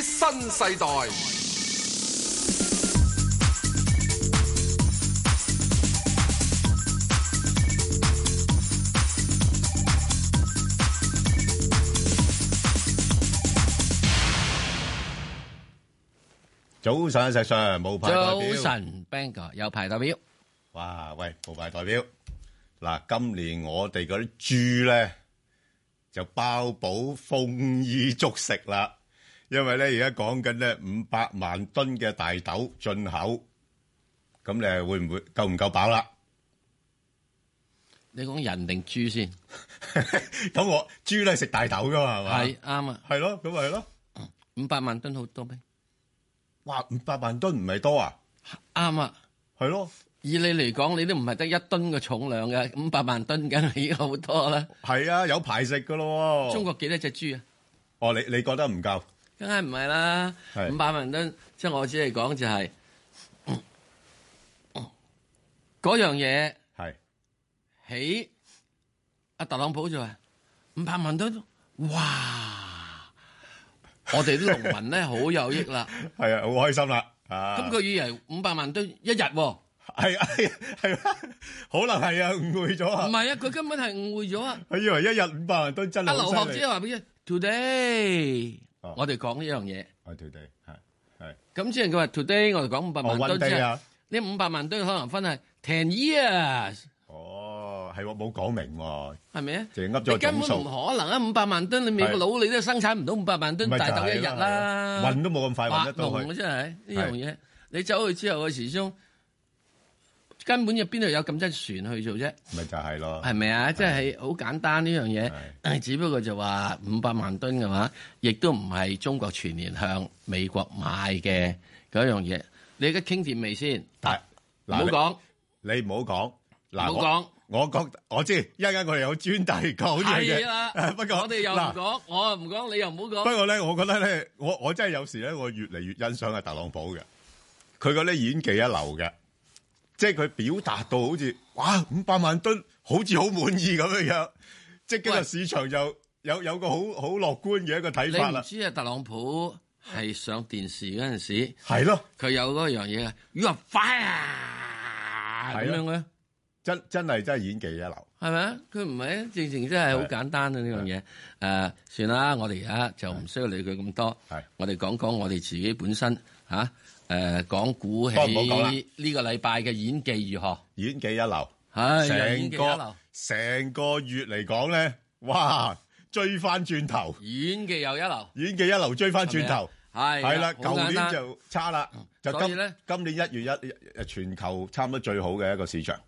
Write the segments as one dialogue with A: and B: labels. A: 新世代。
B: 早晨，石 Sir，冇牌代
C: 早
B: 表。
C: 晨，Bang 哥有排代表，
B: 哇，喂，冇牌代表。嗱，今年我哋嗰啲豬咧就包保豐衣足食啦，因為咧而家講緊咧五百萬噸嘅大豆進口，咁你係會唔會夠唔夠飽啦？
C: 你講人定豬先？
B: 咁我豬咧食大豆噶嘛，係嘛？
C: 係啱啊，
B: 係咯，咁咪係咯。
C: 五百萬噸好多咩？
B: 哇，五百萬噸唔係多啊，
C: 啱啊，
B: 係咯，
C: 以你嚟講，你都唔係得一噸嘅重量嘅，五百萬噸梗係已經好多啦。
B: 係啊，有排食噶咯喎。
C: 中國幾多隻豬啊？
B: 哦，你你覺得唔夠？
C: 梗係唔係啦，
B: 係
C: 五百萬噸，即係我只係講就係嗯嗯嗰樣嘢
B: 係
C: 起，阿特朗普就話五百萬噸，哇！我哋啲農民咧好有益啦。
B: 係啊，好開心啦。啊
C: 咁佢以為五百萬噸一日喎，唔
B: 係啊係啊係啊，可能係啊，誤會咗啊。
C: 係啊，佢根本係誤會咗啊！
B: 佢以為一日五百萬噸真係
C: 阿劉
B: 好
C: 學
B: 犀利。
C: 姐話俾佢，today
B: 哦
C: 我哋講呢樣嘢，
B: 我條地係係
C: 咁之後佢話 today 我哋講五百
B: 哦
C: 萬噸
B: 温
C: 之
B: 地
C: 後，
B: 啊，
C: 呢五百萬噸可能分係 ten years，
B: 哦係喎，冇講明喎，
C: 係咪啊？
B: 淨係噏
C: 你
B: 咗
C: 根
B: 總
C: 本
B: 數，
C: 唔可能啊！五百萬噸，你美國
B: 係
C: 佬你都生產唔到五百萬噸
B: 咪就
C: 大
B: 係
C: 豆一日啦，
B: 運都冇咁快運
C: 白
B: 得到
C: 龍
B: 去
C: 啊！，真係呢樣嘢，你走去之後嘅時鐘，根本入邊度有咁多船去做啫？
B: 咪就係咯，
C: 係咪啊？即係好簡單呢樣嘢，只不過就話五百萬噸嘅話，亦都唔係中國全年向美國買嘅嗰樣嘢。你而家傾掂未先？
B: 但係
C: 唔好講，
B: 你你唔好講，嗱
C: 唔好
B: 我我覺得我知，一陣間我哋有專題講
C: 講，
B: 嘢
C: 係
B: 嘅。
C: 啦。
B: 不過
C: 我哋又唔
B: 嗱
C: 講，我又唔講，你又唔好
B: 不
C: 講。
B: 過咧，我覺得咧，我我真係有時咧，我越嚟越欣賞阿特朗普嘅，佢嗰啲演技一流嘅，即係佢表達到好似哇五百萬噸，好似好滿意咁樣樣，即係今日
C: 喂
B: 市場又有有個好好樂觀嘅一個睇法
C: 你唔
B: 啦，
C: 知啊，特朗普係上電視嗰陣時，
B: 係咯，
C: 佢有嗰樣嘢，You 啊 are
B: 啊
C: fire 咁樣嘅。
B: 真真係真係演技一流，
C: 係咪啊？佢唔係啊，正正真係好簡單啊！呢樣嘢，誒、算啦，我哋而家就唔需要理佢咁多。
B: 係
C: 我哋講講我哋自己本身嚇，誒、講古起
B: 不過唔好講啦
C: 呢個禮拜嘅演技如何？
B: 演技一流，
C: 唉，又
B: 成
C: 演技一流
B: 個，成個月嚟講咧，哇追翻轉頭，
C: 演技又一流，
B: 演技一流追翻轉頭。
C: 係
B: 係啦，
C: 好
B: 舊
C: 簡
B: 年
C: 單
B: 就差啦，就
C: 所以
B: 今
C: 咧
B: 今年一月一一全球差唔多最好嘅一個市場，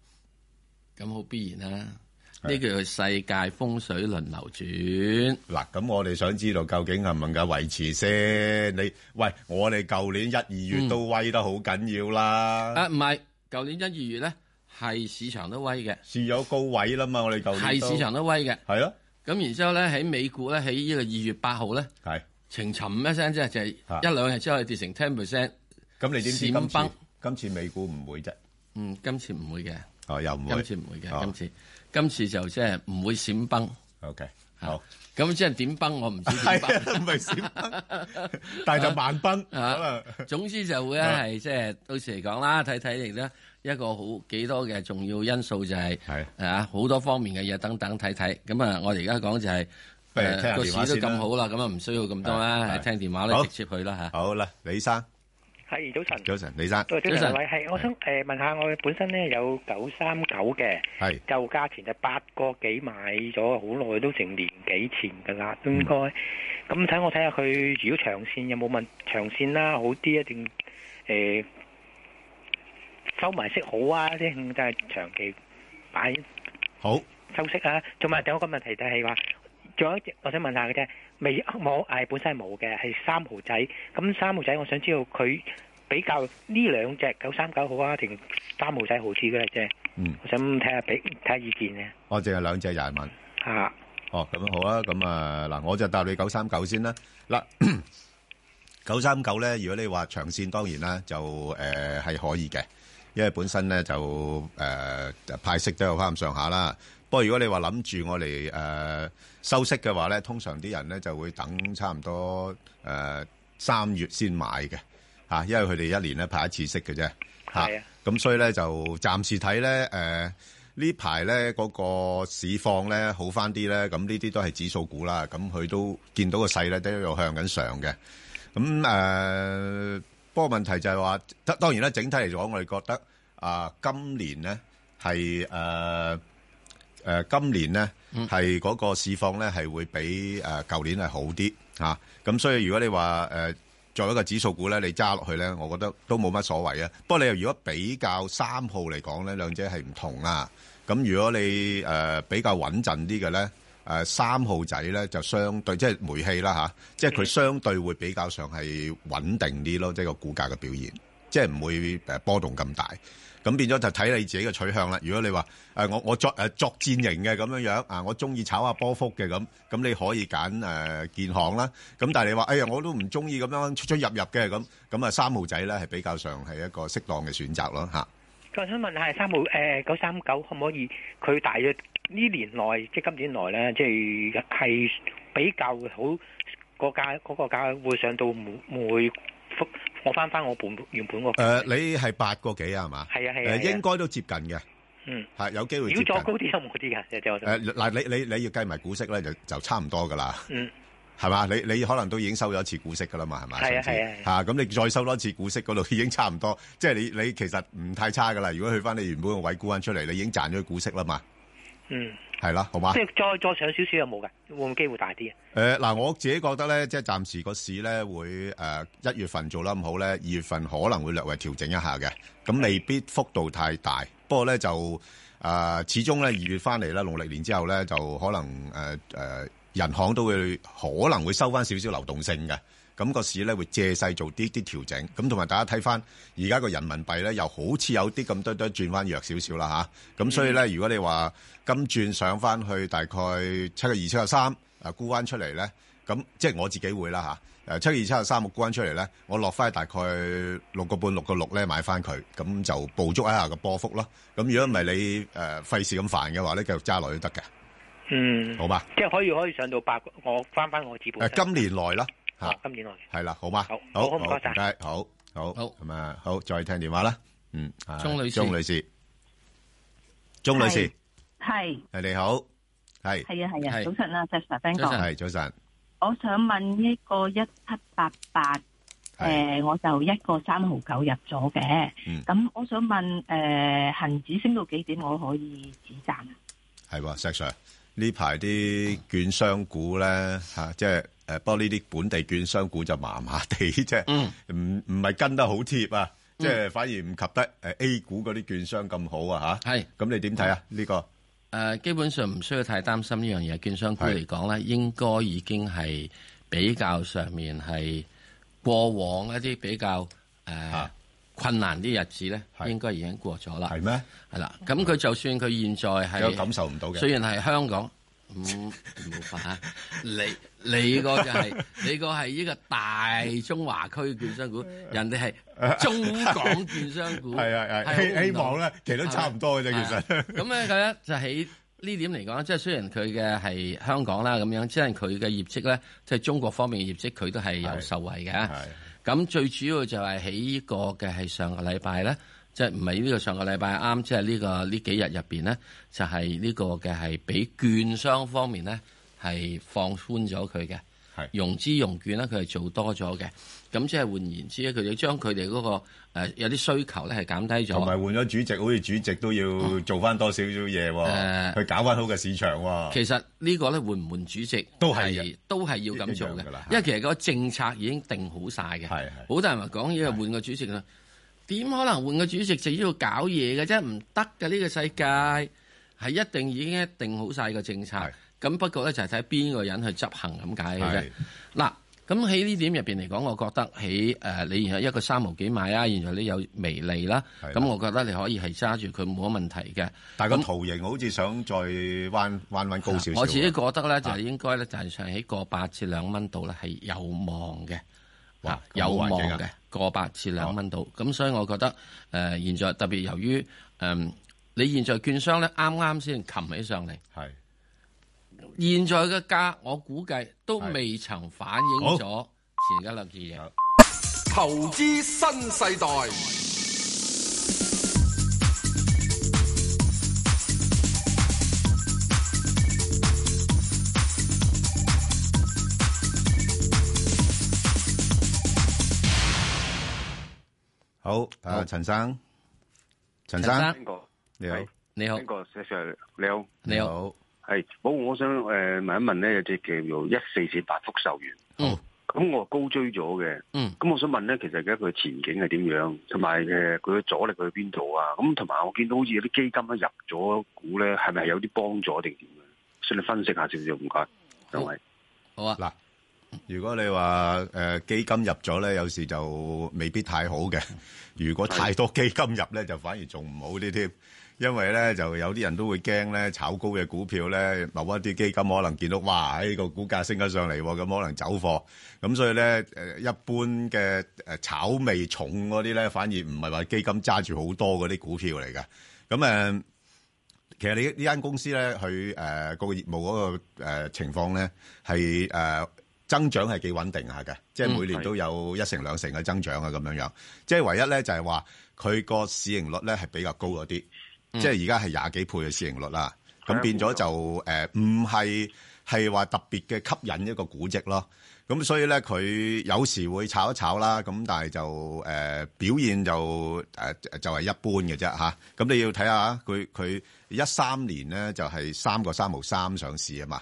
C: 咁好必然啦、
B: 係
C: 呢叫做世界風水輪流轉，
B: 嗱，咁我哋想知道究竟能唔能夠維持先？你喂，我哋舊年一二月都威得好緊要啦，
C: 啊唔係，舊年一二月咧係市場都威嘅，
B: 試咗高位啦嘛，我哋舊年
C: 係
B: 都
C: 市場都威嘅。
B: 係咯，
C: 咁然之後咧喺美股咧喺呢個二月八號咧。
B: 係。
C: 情沉一聲啫，就係
B: 啊
C: 一兩日之後跌成 ten percent。
B: 咁你點知今
C: 閃
B: 次
C: 崩
B: 今次美股唔會啫？
C: 嗯，今次唔會嘅，
B: 哦，又唔
C: 今
B: 會。
C: 次唔會
B: 哦
C: 嘅，今次今次就即係唔會閃崩。
B: OK，好。
C: 咁即係點崩我唔知點
B: 係啊，
C: 崩。
B: 唔係閃崩，但係就慢崩。
C: 啊
B: 可能
C: 總之就會咧
B: 啊
C: 係即係到時嚟講啦，睇睇嚟咧一個好幾多嘅重要因素就係
B: 係
C: 啊好多方面嘅嘢等等睇睇。咁啊，我哋而家講就係
B: 不如聽下
C: 誒個
B: 電話
C: 市
B: 先
C: 都
B: 啦
C: 咁好啦，咁啊唔需要咁多
B: 係
C: 啦，
B: 係
C: 聽電話
B: 好
C: 咧直接去啦嚇。
B: 好啦，李生，
D: 係早晨，
B: 早晨，李生，
D: 早
C: 早晨
D: 晨，兩位係，我想誒問下，我本身咧有九三九嘅，
B: 係
D: 就價錢就八個幾買咗，好耐都成年幾前㗎啦，應該。咁睇我睇下佢如果長線有冇問長線啦，好啲一定誒收埋息好啊，即係但係長期擺
B: 好。
D: 收息啊。仲有第一個問題就係話，仲有一隻我想問下嘅啫，未冇誒本身係冇嘅，係三號仔。咁三號仔我想知道佢比較呢兩隻九三九好啊，定三號仔好啲嘅啫。
B: 嗯，
D: 我想睇下俾睇下意見咧
B: 我淨係兩隻廿蚊。
D: 嚇。
B: 哦，咁好啊，咁啊嗱，我就答你九三九先啦。嗱，九三九咧，如果你話長線，當然啦，就呃誒係、可以嘅，因為本身咧就誒、呃派息都有翻咁上下啦。不過如果你話諗住我嚟誒收息嘅話咧，通常啲人咧就會等差唔多誒、呃三月先買嘅嚇、因為佢哋一年咧派一次息嘅啫嚇
D: 係啊。
B: 咁、所以咧就暫時睇咧誒呢排咧嗰個市況咧好翻啲咧，咁呢啲都係指數股啦，咁佢都見到個勢咧都一路向緊上嘅。咁誒、呃不過問題就係話，得當然啦，整體嚟講，我哋覺得啊、今年咧係呃誒誒，呃今年咧係嗰個市況咧係會比誒舊年係好啲嚇。咁、所以如果你話誒、呃作為一個指數股咧，你揸落去咧，我覺得都冇乜所謂啊。不過你又如果比較三號嚟講咧，兩者係唔同啊。咁如果你誒、呃比較穩陣啲嘅咧，誒、三號仔咧就相對即係煤氣啦嚇、即係佢相對會比較上係穩定啲咯，即係個股價嘅表現，即係唔會誒波動咁大。咁變咗就睇你自己嘅取向啦。如果你話誒、我我作誒、作戰型嘅咁樣樣啊，我中意炒下波幅嘅咁，咁你可以揀誒、建行啦。咁但係你話哎呀我都唔中意咁樣出出入入嘅咁，咁啊三號仔咧係比較上係一個適當嘅選擇咯嚇。
D: 我想問下三號誒九三九可唔可以？佢大約呢年內，即係今年內咧，即係係比較好個價，嗰、個價會上到每每幅我翻翻我本原本個
B: 誒、你係八個幾啊係嘛？
D: 係啊係啊
B: 誒
D: 係啊
B: 應該都接近嘅，
D: 嗯，
B: 係有機會接
D: 如
B: 近。呃
D: 果再高啲有冇啲㗎？即係我想
B: 誒嗱，你你你要計埋股息咧，就就差唔多噶啦。
D: 嗯，
B: 係嘛？你你可能都已經收咗一次股息噶啦嘛，係嘛？
D: 係啊
B: 上次
D: 係啊係
B: 嚇咁你再收多一次股息嗰度已經差唔多，即係你你其實唔太差噶啦。如果去翻你原本個位估翻出嚟，你已經賺咗個股息啦嘛，
D: 嗯，
B: 係啦，好嘛
D: 即？係再再上少少有冇㗎？會唔會機會大啲啊？
B: 誒嗱、我自己覺得咧，即係暫時個市咧會誒一、月份做得唔好咧，二月份可能會略為調整一下嘅，咁未必幅度太大。不過咧就誒、呃始終咧二月翻嚟啦，農曆年之後咧就可能誒誒、呃人行都會可能會收翻少少流動性嘅。咁、個市咧會借勢做啲啲調整，咁同埋大家睇翻而家個人民幣咧，又好似有啲咁多多轉翻弱少少啦吓，咁、所以咧，如果你話金轉上翻去大概七個二、七個三啊沽翻出嚟咧，咁即係我自己會啦吓，誒七個二、七個三我沽翻出嚟咧，我落翻去大概六個半、六個六咧買翻佢，咁就捕捉一下個波幅咯。咁如果唔係你誒費事咁煩嘅話咧，繼續揸落去都得嘅，
D: 嗯，
B: 好呃嘛？
D: 即係可以可以上到八個，我翻翻我紙
B: 誒、
D: 本身。
B: 今年內啦嚇。
D: 哦，今年內嘅。
B: 系啦，好嘛？
D: 好
B: 好，
D: 好唔該晒
B: 該，好好
C: 好
B: 咁啊，好，再聽電話啦。嗯，啊
C: 鍾女士
B: 鍾女士，鍾女士，
A: 系
B: 係你好，係
A: 系啊系啊，
C: 係
A: 早晨啊石 Sir Ben
C: 早晨
A: 哥，
B: 係早晨，
A: 我想问一个一七八八，
B: 係
A: 诶，我就一个三毫九入咗嘅
B: 嗯，
A: 咁我想问诶，恒指升到几点我可以止賺啊？
B: 係喎，石 Sir 呢排啲券商股咧吓，即係诶，不過呢啲本地券商股就麻麻地， 即係
C: 嗯
B: 唔唔係跟得好貼啊，即係反而唔及得诶 A 股嗰啲券商咁好啊吓。
C: 係
B: 咁你點睇啊？呢個
C: 誒、呃基本上唔需要太擔心呢樣嘢。券商股嚟講咧，應該已經係比較上面係過往一啲比較誒、呃
B: 嚇
C: 困難啲日子咧，
B: 係
C: 應該已經過咗啦。
B: 係咩？
C: 係啦，咁佢就算佢現在
B: 有
C: 係
B: 感受唔到嘅。
C: 雖然係香港，唔冇法啊！你你個就係、 你個係呢個大中華區券商股，人哋係中港券商 股，
B: 係啊係，
C: 好唔
B: 希希
C: 同
B: 望咧，其實都差唔多嘅啫，其實。
C: 啊咁咧佢咧就喺呢點嚟講，即係雖然佢嘅係香港啦咁樣，即係佢嘅業績咧，即係中國方面嘅業績，佢都係有受惠嘅。
B: 係
C: 咁最主要就係喺呢個嘅係上個禮拜咧，即係唔係呢個上個禮拜啱，即係呢個呢幾日入邊咧，就係呢個嘅係俾券商方面咧係放寬咗佢嘅。
B: 係
C: 融資融券咧，佢係做多咗嘅，咁即係換言之咧，佢哋將佢哋嗰個、呃、有啲需求咧係減低咗
B: 同。埋換咗主席，好似主席都要做翻多少少嘢喎，
C: 誒
B: 去搞翻好個市場喎。
C: 嗯呃其實呢個咧換唔換主席
B: 啊都係嘅
C: 都係要咁做
B: 一樣
C: 嘅
B: 㗎啦，
C: 因為其實個政策已經定好晒嘅。
B: 係係
C: 好多人話講嘢換個主席啦，點可能換個主席就要搞嘢嘅啫？唔得嘅呢個世界係一定已經定好晒個政策
B: 係。
C: 咁不過咧就係睇邊個人去執行咁解嘅啫
B: 係。
C: 嗱，咁喺呢點入邊嚟講，我覺得喺誒、呃你然後一個三毫幾買啊，然後你有微利啦，
B: 係啦
C: 咁我覺得你可以係揸住佢冇乜問題嘅。
B: 但係個
C: 咁啊
B: 圖形好似想再彎彎彎高少少。啊
C: 我自己覺得咧，就係應該咧，就係上喺個八至兩蚊度咧係有望嘅，
B: 哇
C: 啊
B: 咁
C: 有
B: 好
C: 望
B: 環境啊
C: 嘅個八至兩蚊度。咁所以我覺得誒、呃，現在特別由於誒、嗯你現在券商咧啱啱先擒起上嚟，
B: 係
C: 現在嘅價我估計都
B: 係
C: 未曾反映咗前一兩件嘢。
E: 投資新世代，
B: 好，啊，
C: 好。
B: 陳生。陳
C: 陳
B: 生，
C: 生
F: 邊個？
B: 你好。
F: 係。
C: 你好
F: 邊，個石 Sir，你好，
C: 你好，
B: 你好。
F: 係好，我想誒問一問咧，有隻叫做一四四八福壽園，
C: 嗯
F: 咁我高追咗嘅，
C: 嗯，
F: 咁我想問咧，其實而家佢前景係點樣，同埋誒佢嘅阻力去邊度啊？咁同埋我見到好似有啲基金咧入咗股咧，係咪有啲幫助定點嘅？想你分析下少少，唔該，兩位。
C: 好 啊，
B: 嗱，如果你話，誒，基金入咗呢，有時就未必太好嘅。如果太多基金入呢，就反而仲唔好，呢啲，因為呢，就有啲人都會驚呢，炒高嘅股票呢，某一啲基金可能見到，哇，呢個股價升咗上嚟喎，咁可能走貨。咁所以呢，誒，一般嘅，誒，炒味重嗰啲呢，反而唔係話基金揸住好多嗰啲股票嚟㗎。咁，誒，其實你-呢間公司呢，佢，誒，個業務嗰個，誒，情況呢，係誒、呃增長係幾穩定下嘅，即係每年都有一成兩成嘅增長啊咁樣樣。即係唯一咧就係話佢個市盈率咧係比較高嗰啲，即係而家係廿幾倍嘅市盈率啦。
F: 嗯係
B: 咁
F: 啊
B: 變咗就誒呃唔係係話特別嘅吸引一個估值咯。咁所以咧佢有時會炒一炒啦，咁但係就誒、呃表現就誒、呃就係一般嘅啫嚇。咁、你要睇下佢佢一三年咧就係三個三毫三上市啊嘛。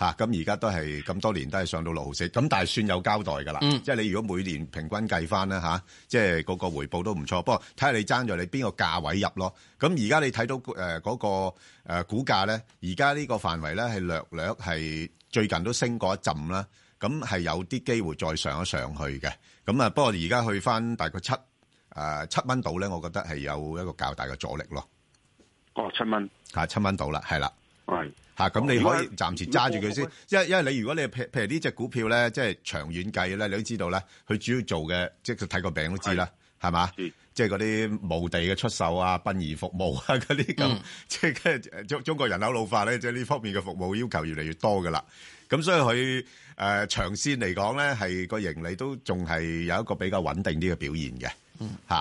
B: 吓，咁而家都係咁多年都係上到六毫四，咁但係算有交代㗎啦。
C: 嗯
B: 即係你如果每年平均計翻啦吓，即係嗰個回報都唔錯。不過睇下你爭咗你邊個價位入咯。咁而家你睇到誒嗰、個呃股價咧，而家呢個範圍咧係略略係最近都升過一陣啦。咁係有啲機會再上一上去嘅。咁啊，不過而家去翻大概七誒七蚊度咧，我覺得係有一個較大嘅阻力咯。
F: 哦，七蚊，
B: 嚇，七蚊度啦，係啦。
F: 係
B: 嚇，哦咁啊你
F: 如果
B: 可以暫時揸住佢先
F: 如果，
B: 因為因為你如果你譬譬如呢只股票咧，即係長遠計咧，你都知道咧，佢主要做嘅即係佢睇個餅都知啦，係嘛
F: 知？
B: 即係嗰啲墓地嘅出售啊、殯儀服務啊嗰啲
C: 嗯
B: 咁，即係中中國人口老化咧，即係呢方面嘅服務要求越嚟越多噶啦。咁所以佢誒、呃、長線嚟講咧，係個盈利都仲係有一個比較穩定啲嘅表現嘅
C: 嗯
B: 嚇。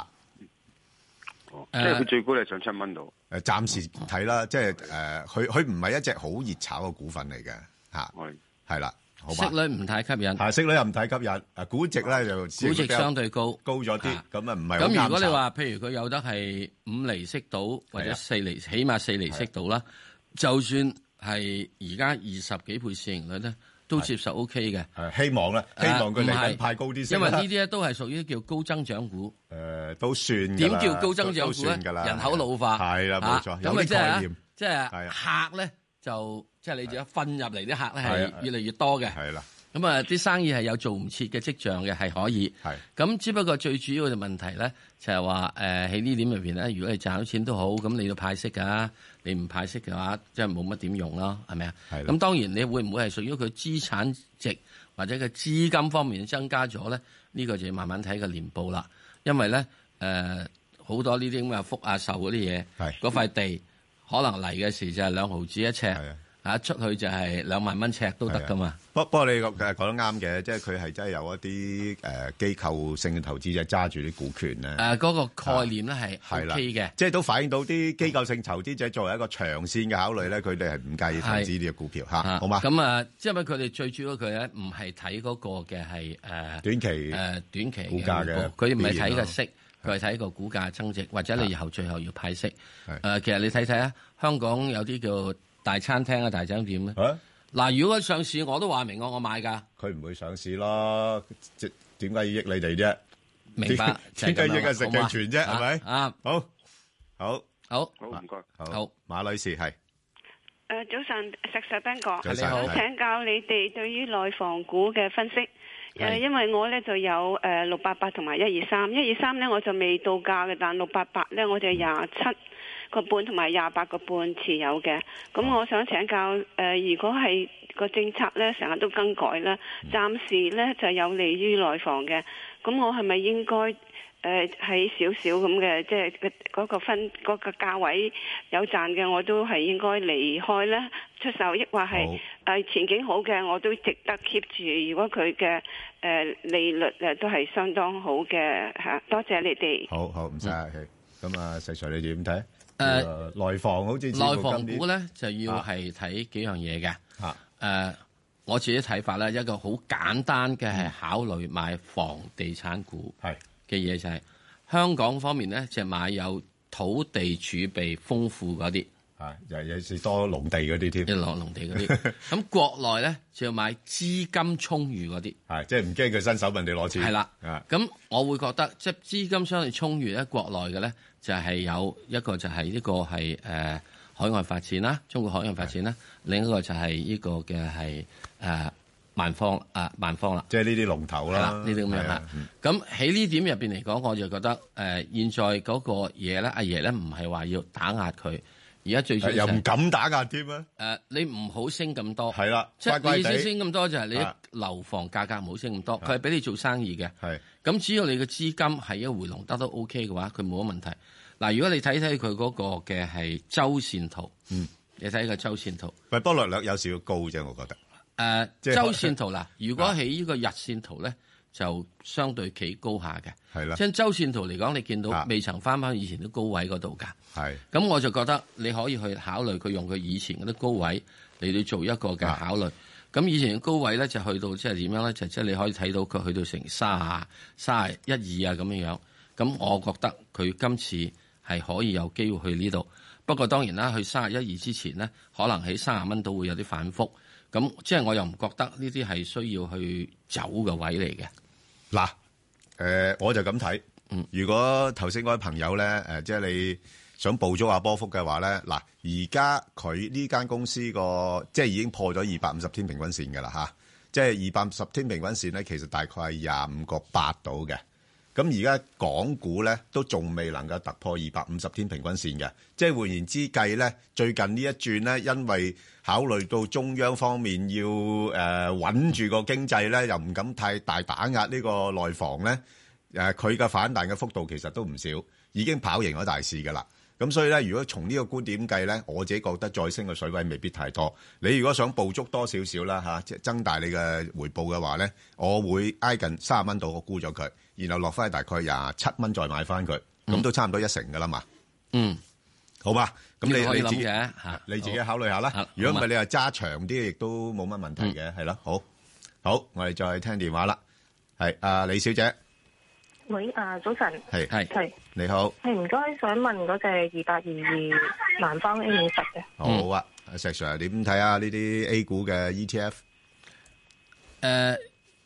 F: 哦即
C: 誒
F: 係佢最高係上七蚊度。
B: 誒暫時睇啦，即係誒佢佢唔係一隻好熱炒嘅股份嚟嘅嚇，
F: 係
B: 係啦，好
C: 息
B: 嘛？
C: 率唔太吸引，
B: 啊，息率又唔太吸引，啊，估值咧就
C: 估值相對高。
B: 高咗啲
C: 啊，
B: 咁啊唔係好
C: 咁如果
B: 啱
C: 你
B: 炒
C: 話譬如佢有得係五厘息到，或
B: 係
C: 者
B: 啊
C: 四厘，起碼四厘息到啦，就算係而家二十幾倍市盈率咧，都接受 O K 嘅。
B: 係希望啦，希望佢嚟
C: 啊唔係
B: 緊派高啲息啦，
C: 因為呢啲咧都係屬於叫高增長股。
B: 誒都算㗎
C: 點
B: 啦
C: 叫高增長
B: 都
C: 股
B: 算㗎
C: 咧？
B: 啦，
C: 人口老化
B: 係啦，冇錯，
C: 啊
B: 有
C: 咁啊
B: 啲
C: 即係
B: 概
C: 啊
B: 念
C: 即係
B: 係
C: 啊客咧就即係你而家分入嚟啲客咧
B: 係啊
C: 係越嚟越多嘅。
B: 係啦，
C: 咁啊啲生意係有做唔切嘅跡象嘅，係可以。
B: 係
C: 咁只不過最主要嘅問題咧，就係話誒喺呢點入邊咧，如果你賺到錢都好，咁你要派息㗎，你唔派息嘅話，即係冇乜點用咯，係咪啊？
B: 係啦
C: 咁當然你會唔會係屬於佢資產值或者佢資金方面增加咗咧？呢、個就要慢慢睇個年報啦。因為咧誒好多呢啲咁嘅福啊壽嗰啲嘢
B: 係，
C: 嗰塊地可能嚟嘅時就係兩毫子一尺
B: 係啊，啊
C: 啊出去就係兩萬蚊尺都得㗎嘛。
B: 不不過你講講得啱嘅，即係佢係真係有一啲誒機構性嘅投資者揸住啲股權咧。
C: 誒啊嗰、個概念咧係
B: 係啦
C: OK 嘅，。
B: 即係都反映到啲機構性投資者作為一個長線嘅考慮咧，佢哋係唔介意投資呢個股票嚇，
C: 啊
B: 好嘛？
C: 咁啊，因為佢哋最主要佢咧唔係睇嗰個嘅係誒
B: 短期
C: 誒短期
B: 股價嘅
C: 回報佢唔係
B: 表
C: 睇
B: 現咯啊
C: 個息，佢係睇個股價增值，或者你以後最後要派息。
B: 係
C: 誒，其實你睇睇啊，香港有啲叫大餐廳啊、大酒店咧。
B: 啊，
C: 嗱，如果上市我都話明我我買㗎，
B: 佢唔會上市咯，即點解要益你哋啫？
C: 明白？
B: 點
C: 就係咁樣啦
B: 點解一個食嘅全啫
C: 好嘛
B: 係咪
C: 啊，
B: 好，好，
C: 好，
F: 好唔該。
B: 好
C: 好，
B: 馬女士係
G: 诶、呃早晨，石石彬哥，
B: 早
C: 晨你好
G: 我請教你哋對於內房股嘅分析。誒、
C: 係
G: 因為我呢就有誒六八八同埋一二三，一二三呢我就未到價嘅，但六八八呢我就
C: 嗯
G: 廿七個半同埋廿八個半持有嘅。咁
C: 哦
G: 我想請教誒、如果係個政策呢成日都更改啦，暫時呢就有利於內房嘅。咁我係咪應該誒喺少少咁嘅，即係個嗰個分嗰、個價位有賺嘅，我都係應該離開咧出售，抑或係誒前景好嘅，我都值得 keep 住。如果佢嘅誒利率誒都係相當好嘅嚇、多謝你哋。
B: 好好唔使客氣。咁啊，石 Sir 你點睇？
C: 誒
B: 誒，內房好似似乎
C: 內房
B: 今年
C: 股咧就要係睇幾樣嘢嘅。
B: 嚇
C: 誒、我自己睇法咧，一個好簡單嘅
B: 嗯
C: 係考慮買房地產股
B: 係
C: 嘅嘢就係、香港方面咧，就買有土地儲備豐富嗰啲，
B: 係又有時多農地嗰啲添
C: 一，落農地嗰啲。咁國內咧就要買資金充裕嗰啲。
B: 係即係唔驚佢伸手問你攞錢。
C: 係啦
B: 啊
C: 咁我會覺得即係資金相對充裕咧，國內嘅咧就係有一個就係呢個係誒、呃海外發展啦，中國海外發展啦，另一個就係呢個嘅係誒萬方啊萬方啦。
B: 即係呢啲龍頭啦，
C: 係啦，呢啲咁樣
B: 係
C: 啦
B: 啊。
C: 咁喺呢點入邊嚟講，我就覺得誒、呃，現在嗰個嘢咧，阿爺咧唔係話要打壓佢，而家最主
B: 又
C: 要就
B: 唔
C: 係
B: 敢打壓添啊！
C: 誒，你唔好升咁多，
B: 係啦，
C: 即
B: 乖
C: 係
B: 乖
C: 你意思
B: 地
C: 升咁多就係
B: 啊
C: 你樓房價格唔好升咁多，佢係俾你做生意嘅。
B: 係
C: 咁只要你嘅資金係一回籠得都 OK 嘅話，佢冇乜問題。嗱，如果你睇睇佢嗰個嘅係周線圖，
B: 嗯，
C: 你睇個周線圖，誒、
B: 喂，不過略略有少少高啫，我覺得即係
C: 周線圖嗱，如果喺呢個日線圖咧，就相對企高下嘅。
B: 係啦
C: 即，係周線圖嚟講，你見
B: 啊
C: 到未曾翻翻以前啲高位嗰度㗎。
B: 係
C: 咁我就覺得你可以去考慮佢用佢以前嗰啲高位嚟到做一個嘅
B: 啊
C: 考慮。咁以前嘅高位咧就去到即係點樣咧？就即係你可以睇到佢去到成三啊、三啊一二啊咁樣樣。咁我覺得佢今次係可以有機會去呢度。不過當然啦，去三啊一二之前咧，可能喺三啊蚊度會有啲反覆。咁即係我又唔覺得呢啲係需要去走嘅位嚟嘅。
B: 嗱，誒我就咁睇
C: 嗯。
B: 如果頭先嗰位朋友咧，誒即係你想捕捉下波幅嘅話咧，嗱，而家佢呢間公司個即係已經破咗二百五十天平均線㗎啦吓，即係二百五十天平均線咧，其實大概係廿五個八到嘅。咁而家港股咧都仲未能夠突破二百五十天平均線嘅，即係換言之計咧，最近呢一轉咧，因為考慮到中央方面要誒穩住個經濟咧，又唔敢太大打壓呢個內房咧，誒佢嘅反彈嘅幅度其實都唔少，已經跑贏咗大市㗎啦。咁所以咧，如果從呢個觀點計咧，我自己覺得再升嘅水位未必太多。你如果想捕捉多少少啦嚇，即係增大你嘅回報嘅話咧，我會挨近三十蚊度，我沽咗佢，然後落翻去大概廿七蚊再買翻佢，咁都差唔多一成噶啦嘛，
C: 嗯，
B: 好嘛？咁你
C: 呢個可以
B: 你自
C: 諗嘅
B: 己啊
C: 嚇，
B: 你自己
C: 好
B: 考慮下
C: 好
B: 啦
C: 啊。嗯
B: 如果唔係，你話揸長啲，亦都冇乜問題嘅，係啦。好，好，我哋再聽電話啦。係啊，李小姐，
H: 喂，啊，早晨，
B: 係
C: 係
H: 係
B: 你好，
H: 係唔該，想問嗰隻二八二二南方 A 五十嘅，
C: 嗯
B: 好啊，石 Sir 點睇啊？呢啲 A 股嘅 E ETF
C: 誒、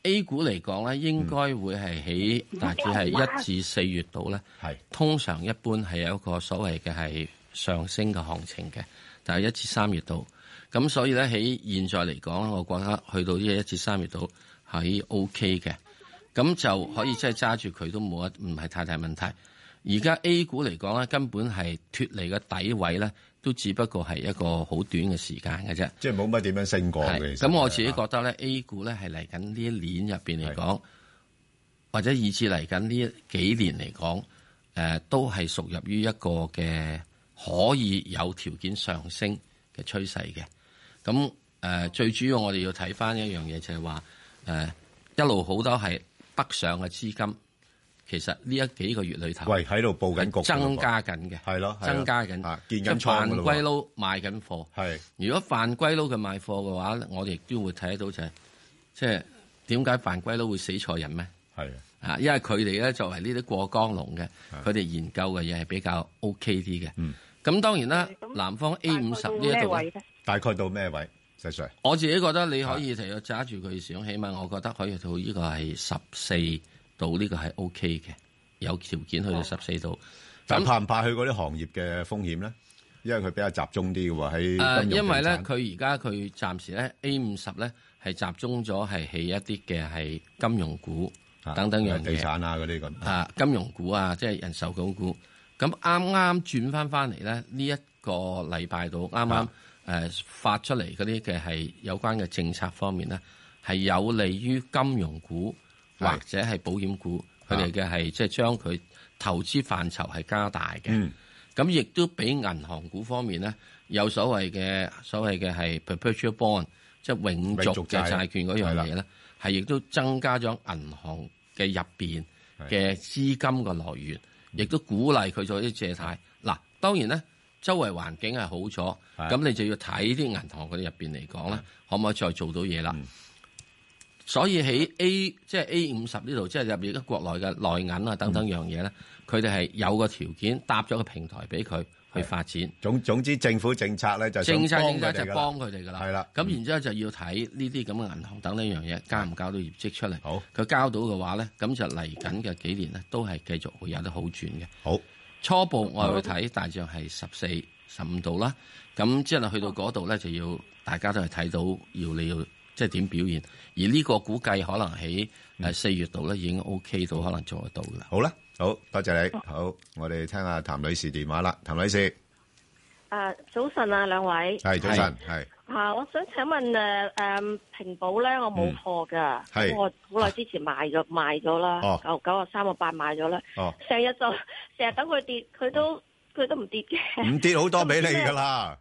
C: A 股嚟講咧，應該會係喺大致係一至四月度咧，
B: 係
C: 通常一般係有一個所謂嘅係上升嘅行情嘅，但係一至三月度，咁所以咧喺現在嚟講，我覺得去到呢一至三月度係 OK 嘅，咁就可以即係揸住佢都冇一唔係太大問題。而家 A 股嚟講咧，根本係脱離嘅底位咧，都只不過係一個好短嘅時間嘅啫。
B: 即係冇啊乜點樣升過嘅。
C: 係
B: 其實
C: 咁我自己覺得咧，A 股咧係嚟緊呢一年入邊嚟講，或者以至嚟緊呢幾年嚟講，誒、都係屬入於一個嘅可以有條件上升嘅趨勢嘅。咁誒、呃最主要我哋要睇翻一樣嘢就係話，誒、一路好多係北上嘅資金，其實呢一幾個月裏頭
B: 喂喺度報緊局㗎喎，
C: 增加緊嘅，
B: 係咯係咯
C: 增加緊
B: 啊，見緊
C: 即係
B: 倉㗎
C: 犯
B: 咯喎
C: 歸佬賣緊貨。
B: 係
C: 如果犯規佬佢賣貨嘅話，我哋亦都會睇得到就係、即係點解犯規佬會死錯人咩？
B: 係
C: 啊，因為佢哋咧作為呢啲過江龍嘅，佢哋研究嘅嘢係比較 OK 啲嘅。咁、
B: 嗯
C: 當然啦，南方 A 五十
H: 大概到
C: 呢一
H: 咩
C: 度
H: 位
C: 呢，
H: 咧？
B: 大概到咩位？石 Sir
C: 我自己覺得你可以就要揸住佢想，起碼我覺得可以到呢個係十四度呢個係 OK 嘅，有條件去到十四度。
B: 但
C: 咁
B: 怕唔怕佢嗰啲行業嘅風險咧？因為佢比較集中啲嘅喎，喺金
C: 誒、
B: 融
C: 呃因為咧，
B: 地產
C: 佢而家佢暫時咧 A 五十咧係集中咗係起一啲嘅係金融股
B: 啊
C: 等等樣
B: 地
C: 嘢
B: 產啊嗰啲咁。
C: 啊，金融股啊，即係人壽股股。咁啱啱轉翻翻嚟咧，呢、一個禮拜度啱啱
B: 啊
C: 誒發出嚟嗰啲嘅係有關嘅政策方面咧，係有利於金融股
B: 係
C: 或者係保險股佢哋
B: 啊
C: 嘅係即係將佢投資範疇係加大嘅。
B: 嗯
C: 咁亦都俾銀行股方面咧有所謂嘅所謂嘅係 perpetual bond，即係永續
B: 續
C: 嘅
B: 債
C: 債券嗰樣嘢
B: 係
C: 咧，係亦都增加咗銀行嘅入邊嘅資金嘅來源，亦都鼓勵佢做啲借貸。嗱，當然咧，周圍環境係好咗，
B: 係
C: 咁你就要睇啲銀行佢哋入邊嚟講咧，可唔可以再做到嘢
B: 嗯
C: 啦？所以喺 A 即係 A 五十呢度，即係入面而家國內嘅內
B: 嗯
C: 銀啊等等樣嘢咧，佢哋係有個條件搭咗個平台俾佢去發展。
B: 總-總之政府政策呢，就想
C: 政策政策就
B: 幫佢哋㗎啦。
C: 幫佢哋噶啦，
B: 係啦
C: 咁
B: 嗯
C: 然之後就要睇呢啲咁嘅銀行等呢樣嘢交唔交到業績出嚟。
B: 好，
C: 佢交到嘅話咧，咁就嚟緊嘅幾年咧，都係繼續會有啲好轉嘅。
B: 好，
C: 初步我哋會睇大致係十四、十五度啦。咁之後去到嗰度咧，就要大家都係睇到要你要即係點表現。而呢個估計可能喺誒四月度咧已經 OK 到，可能做得到噶啦。
B: 好啦，好，多謝你。好，我哋聽下譚女士電話啦。譚女士，係，
H: 啊，早
B: 早晨，
H: 晨啊，兩位啊，我想請問誒誒平保咧，我冇貨㗎，
B: 嗯係
H: 咁我好耐之前買咗買咗啦
B: 哦，
H: 九九啊三個八買咗啦，
B: 係，哦，唔跌
H: 成
B: 好多
H: 日就成日等佢跌，佢都佢都唔跌嘅，
B: 俾你㗎啦。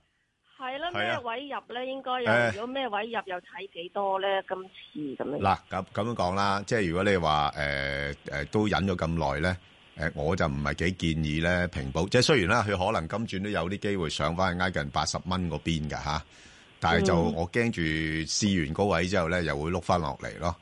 H: 係啦，
B: 係啊
H: 咩位入咧？應該
B: 誒
H: 有，如果咩位入又睇幾多咧？今次咁樣。
B: 嗱，咁-呃咁講啦，即係如果你話，誒，誒，都忍咗咁耐呢，誒，我就唔係幾建議呢，平保，即係雖然啦，佢可能今轉都有啲機會上返去挨近80蚊嗰邊㗎吓，但係就
H: 嗯嗯
B: 我驚住試完高位之後呢，又會碌返落嚟囉。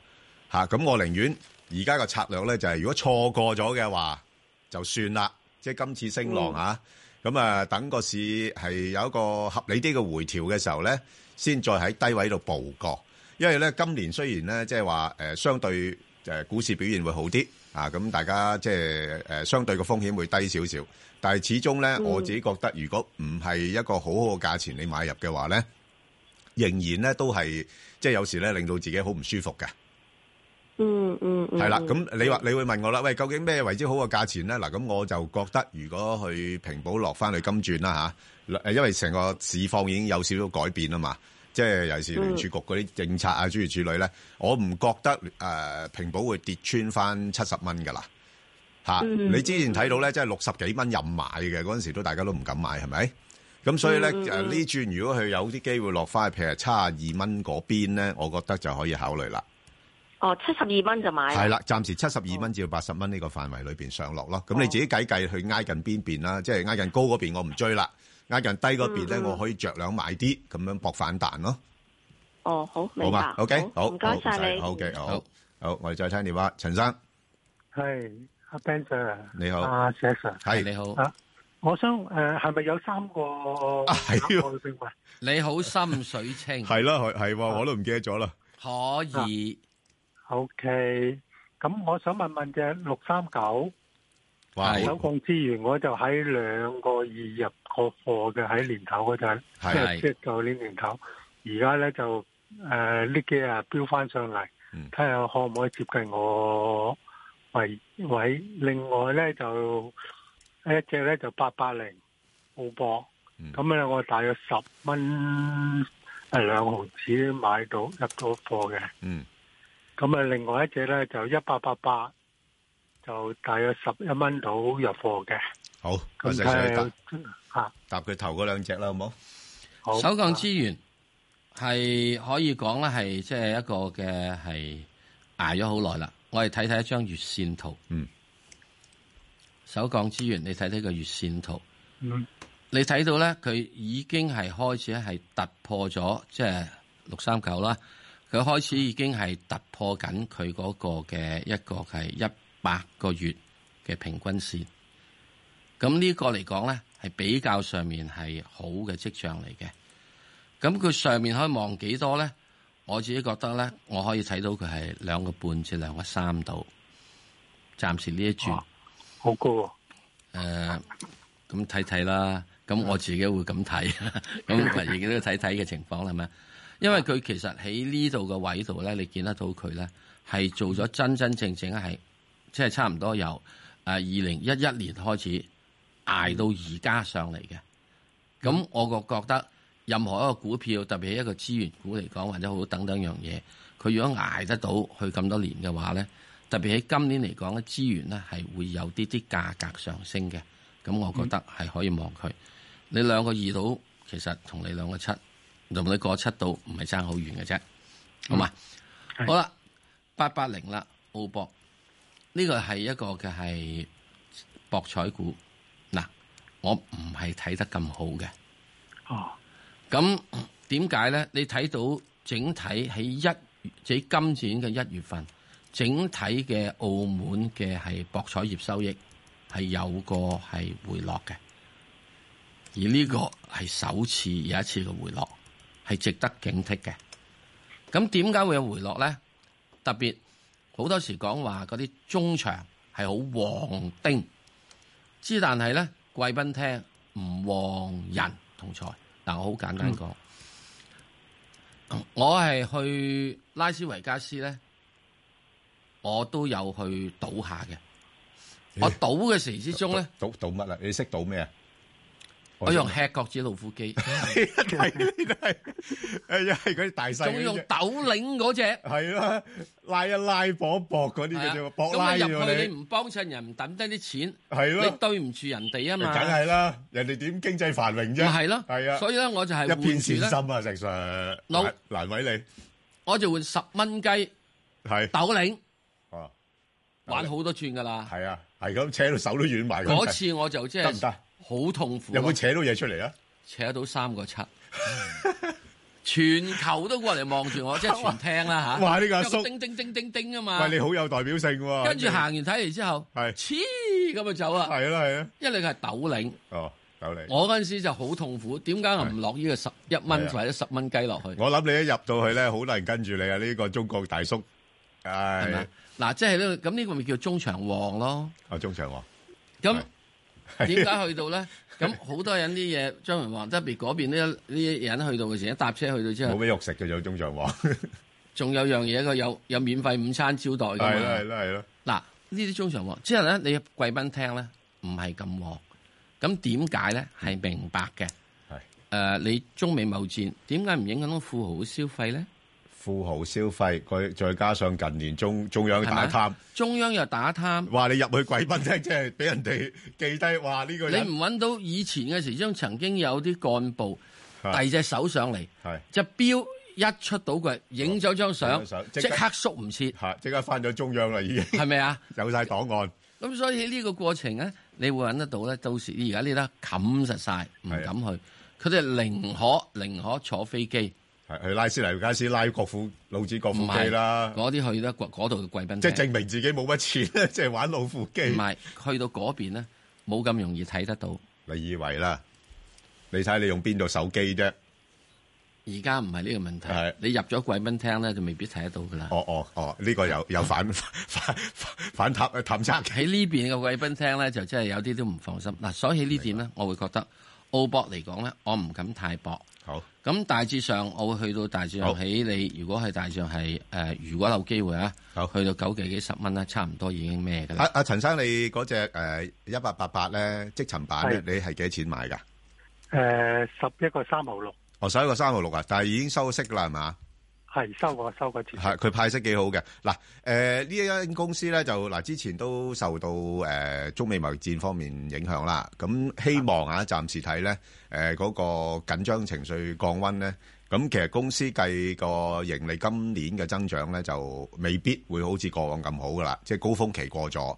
B: 吓，咁我寧願而家個策略呢，就係如果錯過咗嘅話，就算啦，即係今次升浪吓，呃咁，誒，等個市係有一個合理啲嘅回調嘅時候呢，先再喺低位度捕過。因為咧今年雖然咧即係話誒相對誒股市表現會好啲啊，咁大家即係誒相對個風險會低少少，但係始終咧、我自己覺得，如果唔係一個好好嘅價錢你買入嘅話咧，仍然咧都係即係有時咧令到自己好唔舒服嘅。
H: 嗯嗯嗯，
B: 係啦，
H: 嗯
B: 咁你話你會問我啦，喂，究竟咩為之好嘅價錢咧？嗱，咁我就覺得如果去平保落翻去金轉啦吓，誒因為成個市況已經有少少改變啊嘛，即係尤
H: 嗯
B: 其是聯儲局嗰啲政策啊諸如此類咧，我唔覺得誒、呃平保會跌穿翻七十蚊噶啦。吓，
H: 嗯
B: 你之前睇到咧，即係六十幾蚊任買嘅嗰陣時，都大家都唔敢買，係咪？咁所以咧，誒
H: 嗯嗯
B: 呢轉如果佢有啲機會落翻去譬如七廿二蚊嗰邊咧，我覺得就可以考慮啦。
H: 哦，七十二蚊就買啦。
B: 係啦，暫時七十二蚊至到八十蚊呢個範圍裏邊上落咯。咁你自己計計去挨近邊邊啦，即係挨近高嗰邊我唔追啦，挨近低嗰邊咧
H: 嗯嗯
B: 我可以着兩買啲，咁樣搏反彈咯。
H: 哦，好，
B: 好
H: 明白
B: 嘛。？OK，好，
H: 唔該
B: 好
H: 晒你。
B: 好嘅，好
C: 好，
B: 好，我哋再聽電話，陳生
I: 系阿 Ben Sir，
B: 你好
I: 阿 Sir Sir，
B: 係
C: 你好，
I: 啊我想诶系咪有三個
B: 啊係喎
I: 我認為
C: 你好心水清，
B: 係啦，係係喎，我都唔記得咗啦。
C: 可以。
I: ，OK，咁我想問問嘅六三九
B: 哇，
C: 係
I: 首
B: 好
I: 鋼資源，我就喺兩個二入個貨嘅喺年頭嗰陣，即
B: 係
C: 係
I: 係即係舊年年頭，而家咧就诶呢幾日飆翻上嚟
B: 嗯，
I: 睇下啊可唔可以接近我位位。另外咧就呃一隻咧就八八零澳博。
B: 嗯
I: 咁咧，我大約十蚊誒兩毫子買到入到貨嘅。
B: 嗯
I: 咁啊，另外一隻咧就一八八八，就大約十一蚊到入貨嘅。
B: 好，我
I: 咁
B: 細
I: 睇
B: 細
I: 下
B: 答答佢頭嗰兩隻啦，好冇？
I: 好啊
C: 首鋼資源係可以講咧，係即係一個嘅係捱咗好耐啦。我哋睇睇一張月線圖，
B: 嗯，
C: 首鋼資源你睇睇個月線圖，
I: 嗯
C: 你睇到咧佢已經係開始係突破咗，即係六三九啦，佢開始已經係突破緊佢嗰個嘅一個係一百個月嘅平均線。咁呢個嚟講咧，係比較上面係好嘅跡象嚟嘅。咁佢上面可以望幾多咧？我自己覺得咧，我可以睇到佢係兩個半至兩個三度。暫時呢一轉，誒
I: 哦好高喎。
C: 呃咁睇睇啦。咁我自己會咁睇，咁咪亦都睇睇嘅情況啦，係咪？因為佢其實喺呢度嘅位度咧，你見得到佢咧係做咗真真正正係，即係差唔多由誒二零一一年開始捱到而家上嚟嘅。咁我個覺得任何一個股票，特別係一個資源股嚟講，或者好等等樣嘢，佢如果捱得到去咁多年嘅話咧，特別喺今年嚟講咧，資源咧係會有啲啲價格上升嘅，咁我覺得係可以望佢。你兩個二度，其實同你兩個七，同你過七度唔係爭好遠嘅啫，好嘛？好啦，八八零啦，澳博呢個係一個嘅係博彩股，嗱，我唔係睇得咁好嘅。
I: 哦，
C: 咁點解咧？你睇到整體喺一喺今年嘅一月份，整體嘅澳門嘅係博彩業收益係有個係回落嘅，而呢個係首次有一次嘅回落，係值得警惕嘅。咁點解會有回落咧？特別好多時講話嗰啲中場係好旺丁，之但係咧貴賓廳唔旺人同財。嗱，我好簡
B: 嗯
C: 單講，我係去拉斯維加斯咧，我都有去賭下嘅。我賭嘅時之中咧，
B: 賭賭乜啊？你識賭咩啊？
C: 我用吃角子老 虎機，
B: 誒，又係嗰啲大細嗰隻，
C: 仲用斗領嗰隻，啊
B: 係啦，拉一拉搏一搏嗰啲嘅啫，搏拉
C: 咁入去
B: 咗
C: 你唔幫襯人，唔抌低啲錢，
B: 係咯
C: 你對唔住人哋啊
B: 你，梗
C: 嘛，
B: 係啦，人哋點經濟繁榮啫？
C: 咪係咯
B: 係啊，
C: 所以咧我就係
B: 一片善
C: 換住
B: 心啊，石 Sir，
C: 老
B: 難難為你
C: 我就換十蚊雞
B: 係
C: 斗領，
B: 哦，
C: 玩好多轉噶啦。
B: 係啊，係咁扯到手都軟埋。
C: 嗰次我就即
B: 得唔
C: 係
B: 得？
C: 好痛苦，
B: 有冇扯到嘢出嚟啊？
C: 扯到三個七？全球都過嚟望住我，即係全廳啦 吓。
B: 哇呢個阿
C: 有個
B: 叔
C: 叮叮叮叮叮啊嘛！
B: 喂，你好有代表性喎。
C: 跟住行完睇完之後，
B: 係
C: 黐咁就走啊！
B: 係啦係啦，
C: 因為你係斗領，
B: 哦，有你。
C: 我嗰陣時就好痛苦。點解我唔落呢個十一
B: 係
C: 蚊
B: 啊
C: 或者十蚊雞落去？
B: 我諗你一入到去咧，好多人跟住你啊！呢個中國大叔，
C: 係咪
B: 唉，？
C: 嗱，即係呢個咁呢個咪叫中場旺咯。
B: 啊中場王，
C: 咁 點解去到咧？咁好多人啲嘢，張文華特別嗰邊呢呢啲人去到嘅時候，一搭車去到之
B: 冇
C: 後，
B: 咩肉食嘅有中場 王，
C: 仲有樣嘢佢有有免費午餐招待㗎嘛
B: 係啦係啦係啦，
C: 嗱，呢啲中場旺之後咧，你貴賓廳咧唔係咁旺，咁點解咧？係明白嘅。
B: 係
C: 誒、你中美貿戰點解唔影響到富豪消費咧？
B: 富豪消費，佢再加上近年中中央打貪，
C: 中央又打貪，
B: 話你入去貴賓廳，即係俾人哋記低，哇呢個
C: 你
B: 人
C: 唔揾到以前嘅時鐘曾經有啲幹部
B: 係
C: 遞隻手上嚟，
B: 係
C: 隻錶一出到佢，影咗張
B: 影
C: 相
B: 咗相，
C: 即
B: 即刻
C: 刻縮 唔切，
B: 嚇，即刻翻咗中央啦，已 經
C: 係咪啊？
B: 有晒檔案，
C: 咁所以呢個過程咧，你會揾得到咧。到時而家呢得冚實晒，唔
B: 係啊
C: 敢去。佢哋寧可寧可坐飛機，
B: 係去拉斯維加斯拉國父老子國
C: 唔
B: 父機
C: 係
B: 啦，
C: 嗰啲去得嗰度嘅貴賓廳，
B: 即係證明自己冇乜錢 咧，即係玩老虎機
C: 唔。係去到嗰邊咧，冇咁容易睇得到。
B: 你以為啦？你睇你用邊度手機啫？
C: 而家唔係呢個問
B: 係
C: 題，你入咗貴賓廳咧，就未必睇得到噶啦。
B: 哦哦哦，呢、個有有反 反反反探探測嘅，
C: 喺呢邊嘅貴賓廳咧，就真係有啲都唔放心。嗱，所以呢點咧，我會覺得澳博嚟講咧，我唔敢太博。
B: 好
C: 咁大致上，我會去到大致上
B: 好
C: 喺你，如果係大致上係誒、呃如果有機會啊，
B: 好啊
C: 去到九幾幾十蚊啦，差唔多已經咩㗎
B: 阿
C: 啦。
B: 阿陳生，你嗰只誒一八八八咧積層版咧，
I: 係
B: 你係幾錢買㗎？
I: 诶，呃十一个三毫六
B: 哦，十一個三毫六啊，但係已經收息啦，係嘛？
I: 系收過收過折
B: 係佢派息幾好嘅。嗱，誒呢一間公司咧就嗱之前都受到誒、呃中美貿易戰方面影響啦。咁希望啊，暫時睇咧誒嗰個緊張情緒降温咧。咁其實公司計個盈利今年嘅增長咧，就未必會好似過往咁好噶啦，即係高峰期過咗。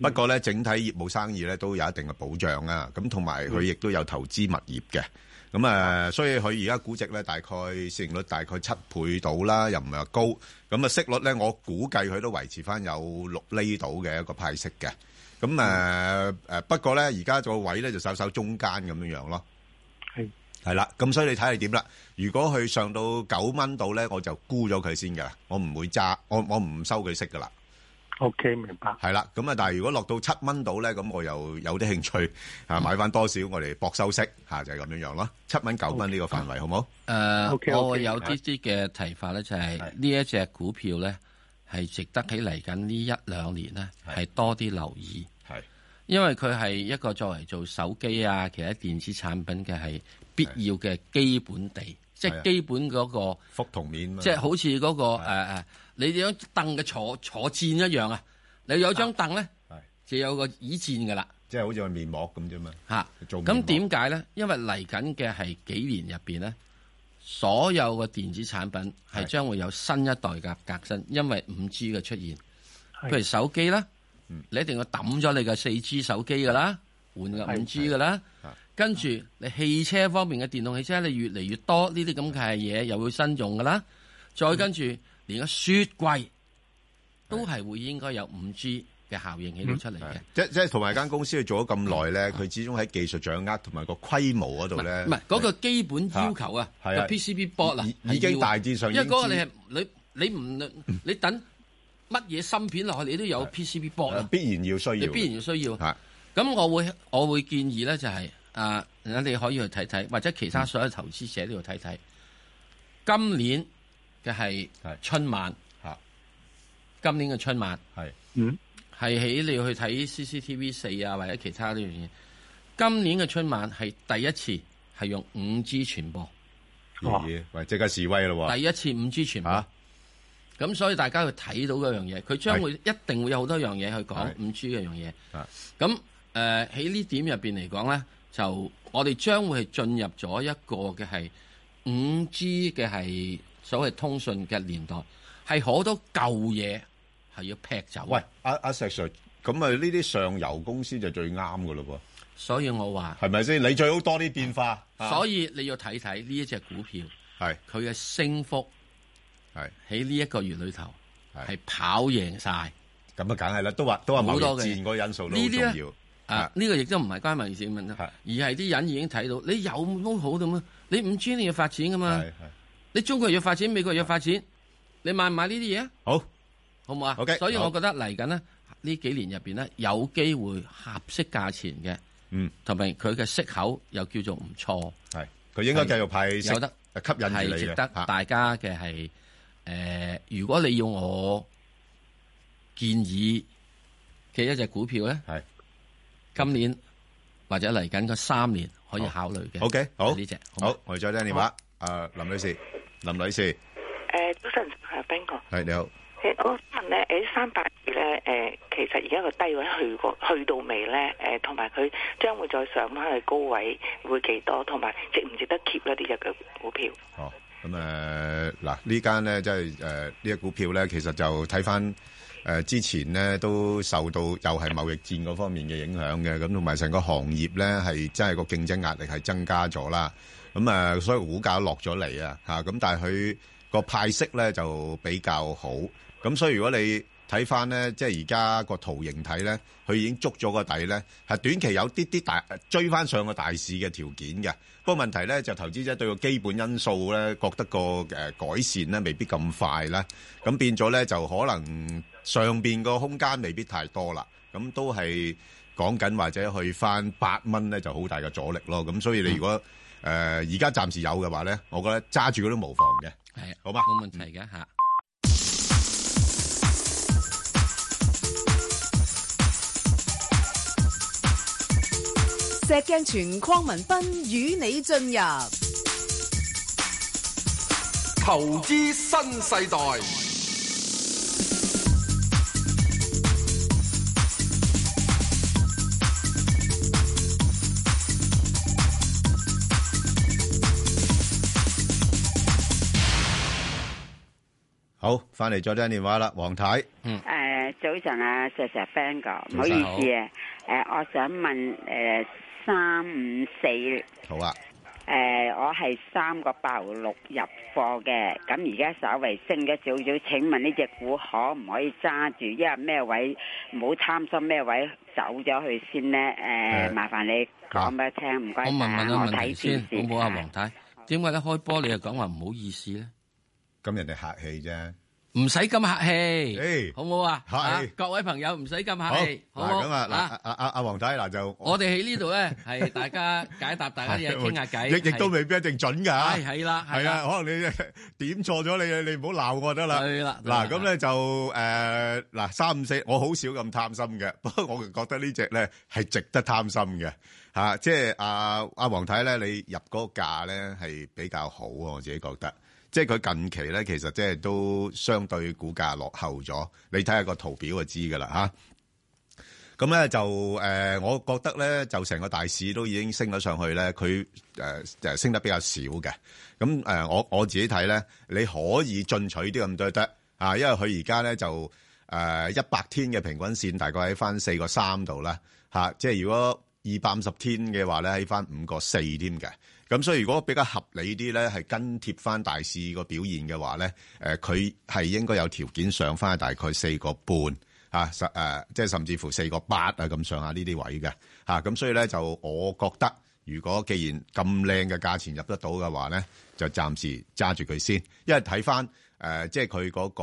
B: 不過咧，整體業務生意咧都有一定嘅保障啊。咁同埋佢亦都有投資物業嘅。咁啊，所以佢而家估值咧大概市盈率大概七倍到啦，又唔係話高。咁啊，息率咧，我估計佢都維持翻有六厘到嘅一個派息嘅。咁誒誒，不過咧，而家個位咧就稍稍中間咁樣樣咯。
I: 係
B: 係啦，咁所以你睇係點啦？如果佢上到九蚊度咧，我就沽咗佢先㗎啦，我唔會揸，我我唔收佢息㗎啦。
I: O K，明白。
B: 係啦，咁啊，但係如果落到七蚊度咧，咁我又有啲興趣啊，買翻多少我哋搏收息嚇，就係咁樣樣咯。七蚊九蚊呢個範圍好冇？
C: 誒、
I: OK，OK，
C: 呃我有啲啲嘅提法咧，就係
B: 係
C: 呢一隻股票咧，係值得喺嚟緊呢一兩年咧，
B: 係
C: 係多啲留意。
B: 係
C: 因為佢係一個作為做手機啊，其他電子產品嘅係必要嘅基本地，即
B: 係啊
C: 係基本嗰、個，
B: 幅同面嘛
C: 即係好似嗰、個誒誒你張凳嘅坐坐墊一樣啊，你有張凳咧就有個椅墊噶啦。
B: 即係好似個面膜咁啫嘛。
C: 嚇，
B: 做面
C: 咁
B: 膜
C: 點解咧？因為嚟緊嘅係幾年入邊咧，所有嘅電子產品係將會有新一代嘅革新，因為五 G 嘅出現，譬
D: 係
C: 如手機啦，你一定要抌咗你嘅四 G 手機噶啦，換個五 G 噶啦。跟住你汽車方面嘅電動汽車，你越嚟越多呢啲咁嘅嘢，又會新用噶啦。再跟住，連個雪櫃都係會應該有五 G 嘅效應起到出嚟嘅。
B: 即-即係同埋間公司佢做咗咁耐呢，呃佢始終喺技術掌握同埋個規模嗰度呢，
C: 唔係嗰個基本要求啊，個
B: 係啊
C: PCB board 啊，
B: 已已經
C: 係要啊
B: 大致上已
C: 因
B: 經
C: 為嗰個
B: 知啊
C: 你係你你唔你等乜嘢芯片落去，你都有 PCB board 啊，
B: 必然要需要。
C: 你必然要需要。咁我會我會建議咧就係啊，你可以去睇睇，或者其他所有投資者都要睇睇。今年嘅係春晚，今年嘅春晚
B: 係
I: 嗯
C: 係喺你去睇 CCTV 四啊，或者其他呢樣嘢。今年嘅春晚係第一次係用五 G 傳播。
B: 咦，喂，即刻示威嘞喎。
C: 第一次五 G 傳播。咁、所以大家去睇到嗰樣嘢，佢將會一定會有好多樣嘢去講五 G 嗰樣嘢。
B: 啊
C: 咁誒喺呢點入邊嚟講咧，就我哋將會係進入咗一個嘅係五 G 嘅係所謂通訊嘅年代，係好多舊嘢係要劈走。
B: 喂，阿-阿石Sir，咁啊，呢啲上游公司就最啱㗎嘞喎。係咪先？你最好多啲變化，啊。
C: 所以你要睇睇呢一隻股票，係佢嘅升幅，
B: 係
C: 喺呢一個月裏頭
B: 係
C: 跑贏晒。
B: 咁啊，梗係啦，都話都話
C: 好多
B: 貿易
C: 嘅
B: 戰嗰個因素都
C: 呢
B: 好
C: 啲
B: 重
C: 咧
B: 要。
C: 啊，呢個亦都唔係關民事問題，而係啲人已經睇到你有冇好咁啊？你五 G 你要發展噶嘛？你中國要發展，美國要發展，你買唔買呢啲嘢啊？
B: 好，
C: 好唔好啊
B: OK，
C: 所以我
B: 好
C: 覺得嚟緊呢呢幾年入邊呢，有機會合適價錢嘅，
B: 嗯，
C: 同埋佢嘅息口又叫做唔錯，
B: 係佢應該繼續派息
C: 有得
B: 吸引住你嘅
C: 係值得大家嘅係誒，如果你要我建議嘅一隻股票咧，
B: 係
C: 今年或者嚟緊嗰三年可以考慮嘅。
B: OK，好
C: 呢只
B: 好，我哋再聽電話。啊，林女士，林女士，
J: 诶、早晨，啊阿 Ben 哥，
B: 係你好。
J: 诶，我想問咧，诶，哦三百二咧，诶、其實而家個低位去過，去到未咧？诶、同埋佢將會再上翻去高位，會幾多？同埋值唔值得 keep 咧？呢只嘅股票？
B: 哦，咁诶嗱，呢間咧即係诶呢只股票咧，其實就睇翻诶之前咧都受到又係貿易戰嗰方面嘅影響嘅，咁同埋成個行業咧係真係個競爭壓力係增加咗啦。咁啊，呃所以股價落咗嚟啊，吓咁但係佢個派息咧就比較好。咁所以如果你睇翻咧，即係而家個圖形睇咧，佢已經捉咗個底咧，係短期有啲啲大呃追翻上個大市嘅條件嘅。不過問題咧就投資者對個基本因素咧覺得個誒改善咧未必咁快啦，咁變咗咧就可能上邊個空間未必太多啦，咁都係講緊或者去翻八蚊咧就好大嘅阻力咯。咁所以你如果誒而家暫時有嘅話咧，我覺得揸住佢都無妨嘅。
C: 係啊
B: 好嘛，
C: 冇問題嘅嚇。
K: 石镜全框文斌与你进入
E: 投資新世代，
B: 好，翻嚟再聽電話啦，黃太。
C: 嗯。
L: 誒、早晨啊，石石 friend 哥，唔好意思啊，誒、我想問誒三五四誒，
B: 好啊，
L: 呃我係三個八號六入貨嘅，咁而家稍微升咗少少，請問呢只股可唔可以揸住？因為咩位唔好貪心，咩位走咗去先呢？誒、
C: 誒
L: 麻煩你講俾我聽，唔該
C: 我問問
L: 晒，我
C: 個問題
L: 睇電
C: 先，好
L: 視
C: 唔好啊，黃太？點解咧開波你又講話唔好意思咧？
B: 咁人哋客氣啫，
C: 唔使咁客氣，好唔好啊？
B: 客氣
C: 啊各位朋友唔使咁客氣，好
B: 嗱
C: 唔好
B: 咁啊，嗱，阿阿阿黃太嗱就
C: 我哋喺呢度咧係大家解答大家嘢，傾下偈，
B: 亦亦都
C: 係
B: 未必一定準㗎。
C: 係係啦，係
B: 係啊，可能你 點錯咗你，你唔好鬧我得啦。
C: 係啦
B: 嗱咁咧就誒嗱三五四，我好少咁貪心嘅， 不過我覺得呢只咧係值得貪心嘅嚇，即係阿阿黃太咧，你入嗰個價咧係比較好啊，我自己覺得。即係佢近期咧，其實即係都相對股價落後咗。你睇下個圖表就知噶啦吓。咁咧就誒、呃我覺得咧就成個大市都已經升咗上去咧，佢誒誒升得比較少嘅。咁誒、呃我我自己睇咧，你可以進取啲咁多得啊，因為佢而家咧就誒一百天嘅平均線大概喺翻四個三度啦嚇，即係如果二百五十天嘅話咧，喺翻五個四添嘅。咁所以如果比較合理啲咧，係跟貼翻大市個表現嘅話咧，誒佢係應該有條件上翻大概四個半。啊，實誒、呃即係甚至乎四個八啊咁上下呢啲位嘅嚇，咁、所以咧就我覺得，如果既然咁靚嘅價錢入得到嘅話咧，就暫時揸住佢先，因為睇翻誒即係佢嗰個、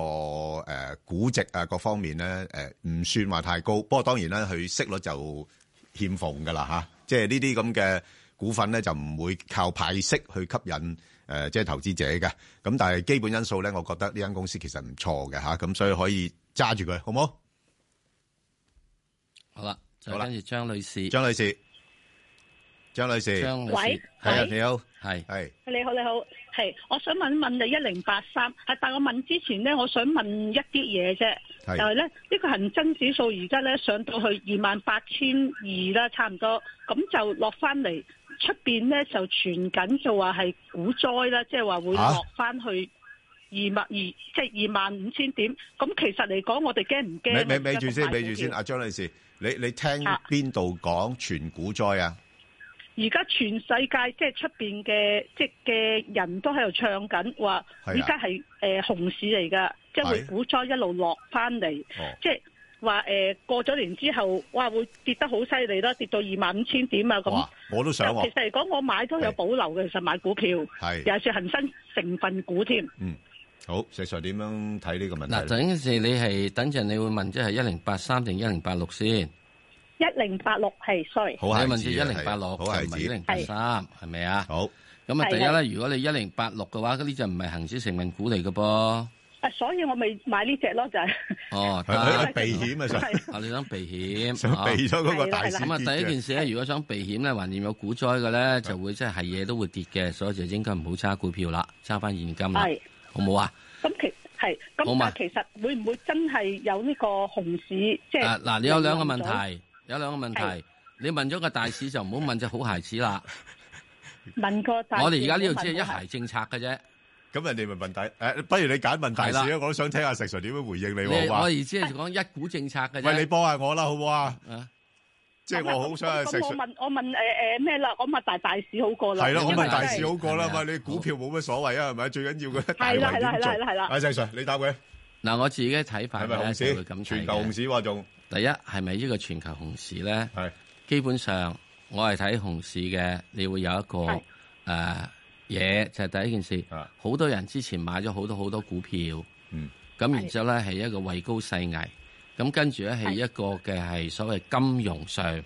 B: 呃、估值啊各方面咧誒唔算話太高，不過當然啦，佢息率就欠奉㗎啦嚇，即係呢啲咁嘅股份咧就唔會靠派息去吸引誒、呃即係投資者嘅，咁但係基本因素咧，我覺得呢間公司其實唔錯嘅嚇，咁、所以可以揸住佢，好冇？
C: 好啦，就跟住張女士，
B: 張女士，張女士，
C: 張女士
M: 喂
B: 係啊，
M: 喂
B: 你好，
C: 係
B: 係
M: 你好，你好，系，我想問一問就一零八三，係，但我問之前咧，我想問一啲嘢啫，
N: 係
M: 就係咧呢個恒生指數而家咧上到去二萬八千二啦，差唔多，咁就落翻嚟，出邊咧就傳緊就話係股災啦，即係話會
O: 嚇
M: 落翻去。二萬二，即係二萬五千點。咁其實嚟講，我哋驚唔驚
B: 咪
M: 啊？
B: 咪咪住先，
M: 而家
B: 咪住先，
M: 買
B: 阿
M: 股票
B: 張女士，你你聽
M: 啊
B: 邊度講全股災啊？
M: 而家全世界即係出邊嘅即係嘅人都喺度唱緊話，
B: 係啊
M: 依家係誒熊市嚟㗎，即係會
B: 係
M: 股災一路落翻嚟，
B: 哦
M: 即係話誒過咗年之後，哇會跌得好犀利啦，跌到二萬五千點啊咁。
B: 我都想
M: 其
B: 喎，
M: 實嚟講，我買都有保留嘅，其實買股票，
B: 係
M: 尤其是恒生成分股添。
B: 嗯，好，石 Sir 點樣睇呢個問題
C: 嗱，
B: 呢？
C: 等陣時你係等陣，你會問即係一零八三定一零八六先？
M: 一零八六係，sorry。
C: 你問住一零八六，
M: 好
C: 唔係一零八三，係咪啊？
B: 好。
C: 咁啊，第一
M: 係
C: 咧，
M: 係
C: 如果你一零八六嘅話，嗰啲就唔係恒指成分股嚟嘅噃。
M: 啊，所以我咪買呢只咯，就係、
C: 哦，
B: 係佢係避險啊 想
C: 啊，你想避險，啊
B: 想避咗嗰個大市跌嘅
C: 咁啊，第一件事咧，如果想避險咧，還然有股災嘅咧，就會即係係嘢都會跌嘅，所以就應該唔好揸股票啦，揸翻現金啦
M: 係，
C: 好冇啊？
M: 咁其係，
C: 好
M: 咁
C: 嘛
M: 但係其實會唔會真係有呢個熊市？即係
C: 啊嗱，你有兩個問題，有兩個問
M: 係
C: 題，你問咗個大市就唔好問只好孩子啦。
M: 問個大市
C: 我哋而家呢度只係
M: 有
C: 一
M: 冇問題
C: 孩政策嘅啫。
B: 咁人哋咪問大誒，不如你揀問大市
C: 係
B: 啊！
C: 啦
B: 我都想聽下石 Sir 點樣回應你
C: 你
B: 喎，
C: 我
B: 好嘛
C: 而只係講一股政策嘅啫。
B: 喂，你幫下我啦，好唔好啊？即係
M: 咁
B: 我好想啊，石
M: 咁我
B: Sir
M: 問我問誒誒咩啦？我問大大市好過啦。
B: 係啦，我
M: 因為
B: 問大市好過啦
C: 係
B: 嘛，
C: 啊
B: 你股票冇乜所謂啊，係咪？最緊要嘅大
M: 係啦
B: 圍
M: 係啦
B: 點做
M: 係啦係啦
B: 阿石 Sir，你答佢。
C: 嗱，我自己嘅睇法
B: 係咪
C: 咧
B: 熊市
C: 就會咁睇嘅
B: 全球熊市話仲
C: 第一係咪呢個全球熊市咧？基本上我係睇熊市嘅，你會有一個誒
P: 係
C: 嘢就係第一件事，
B: 啊
C: 好多人之前買咗好多好多股票，
B: 嗯，
C: 咁然之後咧係一個位高勢危，咁跟住咧係一個嘅係所謂金融上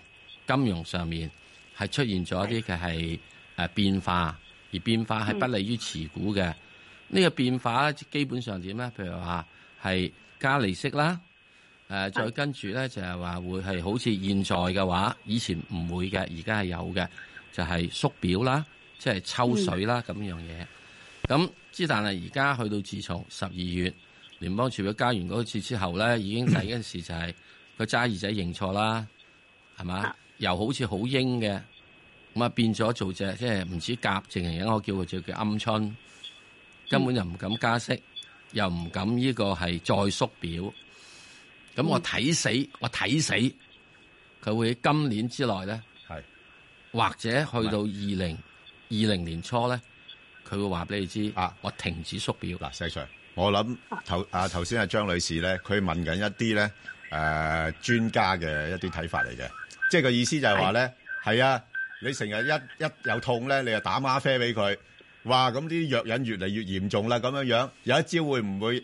C: 金融上面係出現咗一啲嘅係誒變化，而變化係不利於持股嘅。呢、個變化咧，基本上點咧？譬如話係加利息啦，誒、再跟住咧就係話會係好似現在嘅話，以前唔會嘅，而家係有嘅，就係、縮表啦，即係抽水啦咁、樣嘢。咁之但係而家去到自從十二月聯邦儲備加完嗰次之後咧，已經第一件事就係佢揸耳仔認錯啦，係嘛？又好似好英嘅，咁啊變咗做隻即係唔止鴿，淨係而家我叫佢做叫鵪鶉。根本就唔敢加息，又唔敢呢個係再縮表。咁我睇死，我睇死，佢會喺今年之內咧，或者去到二零二零年初咧，佢會話俾你知
B: 啊，
C: 我停止縮表。
B: 嗱，石 Sir，我諗頭啊頭先阿張女士咧，佢問緊一啲咧誒專家嘅一啲睇法嚟嘅，即係個意思就係話咧，係啊，你成日一一有痛咧，你就打嗎啡俾佢，哇！咁啲藥引越嚟越嚴重啦，咁樣樣有一招會唔會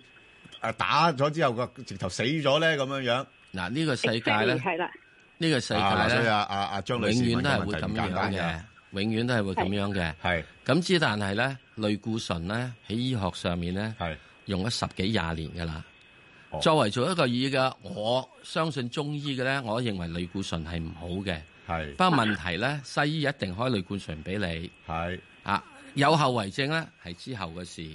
B: 誒打咗之後個直頭死咗咧？咁樣樣
C: 嗱，呢個世界咧
M: Exactly，係啦，
C: 呢個世界
B: 啊所以
C: 咧，
B: 啊啊啊張
C: 永
B: 女士
C: 遠都係
B: 問
C: 會
B: 嘅問題
C: 咁
B: 唔簡單
C: 樣嘅
B: 嘅，
C: 永遠都係會咁樣嘅。
B: 係
C: 咁之，但係咧，類固醇咧喺醫學上面咧，用咗十幾廿年㗎啦。
B: 哦
C: 作為做一個醫嘅，我相信中醫嘅咧，我認為類固醇係唔好嘅。
B: 係
C: 不過問題咧，西醫一定開類固醇俾你。
B: 係
C: 啊，有後遺症咧係之後嘅事。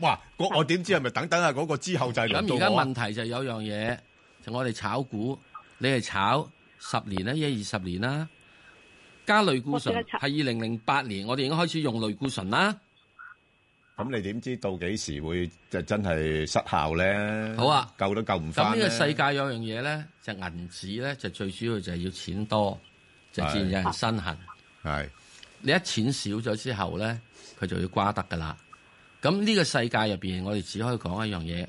B: 哇！我我點知係咪等等下嗰個之後就係輪
C: 咁而
B: 到
C: 家
B: 我啊
C: 問題就有樣嘢，就我哋炒股，你係炒十年啦，一二十年啦。加類固醇
B: 我淨係炒
C: 係二零零八年，我哋已經開始用類固醇啦。
B: 咁你點知到幾時會就真係失效咧？
C: 好啊
B: 救都救唔
C: 咁
B: 翻
C: 呢
B: 咧。
C: 個世界有樣嘢咧，就銀紙咧，就最主要就係要錢多，就自然有人身痕。
B: 係
C: 你一錢少咗之後咧，佢就要瓜得噶啦。咁呢個世界入邊，我哋只可以講一樣嘢，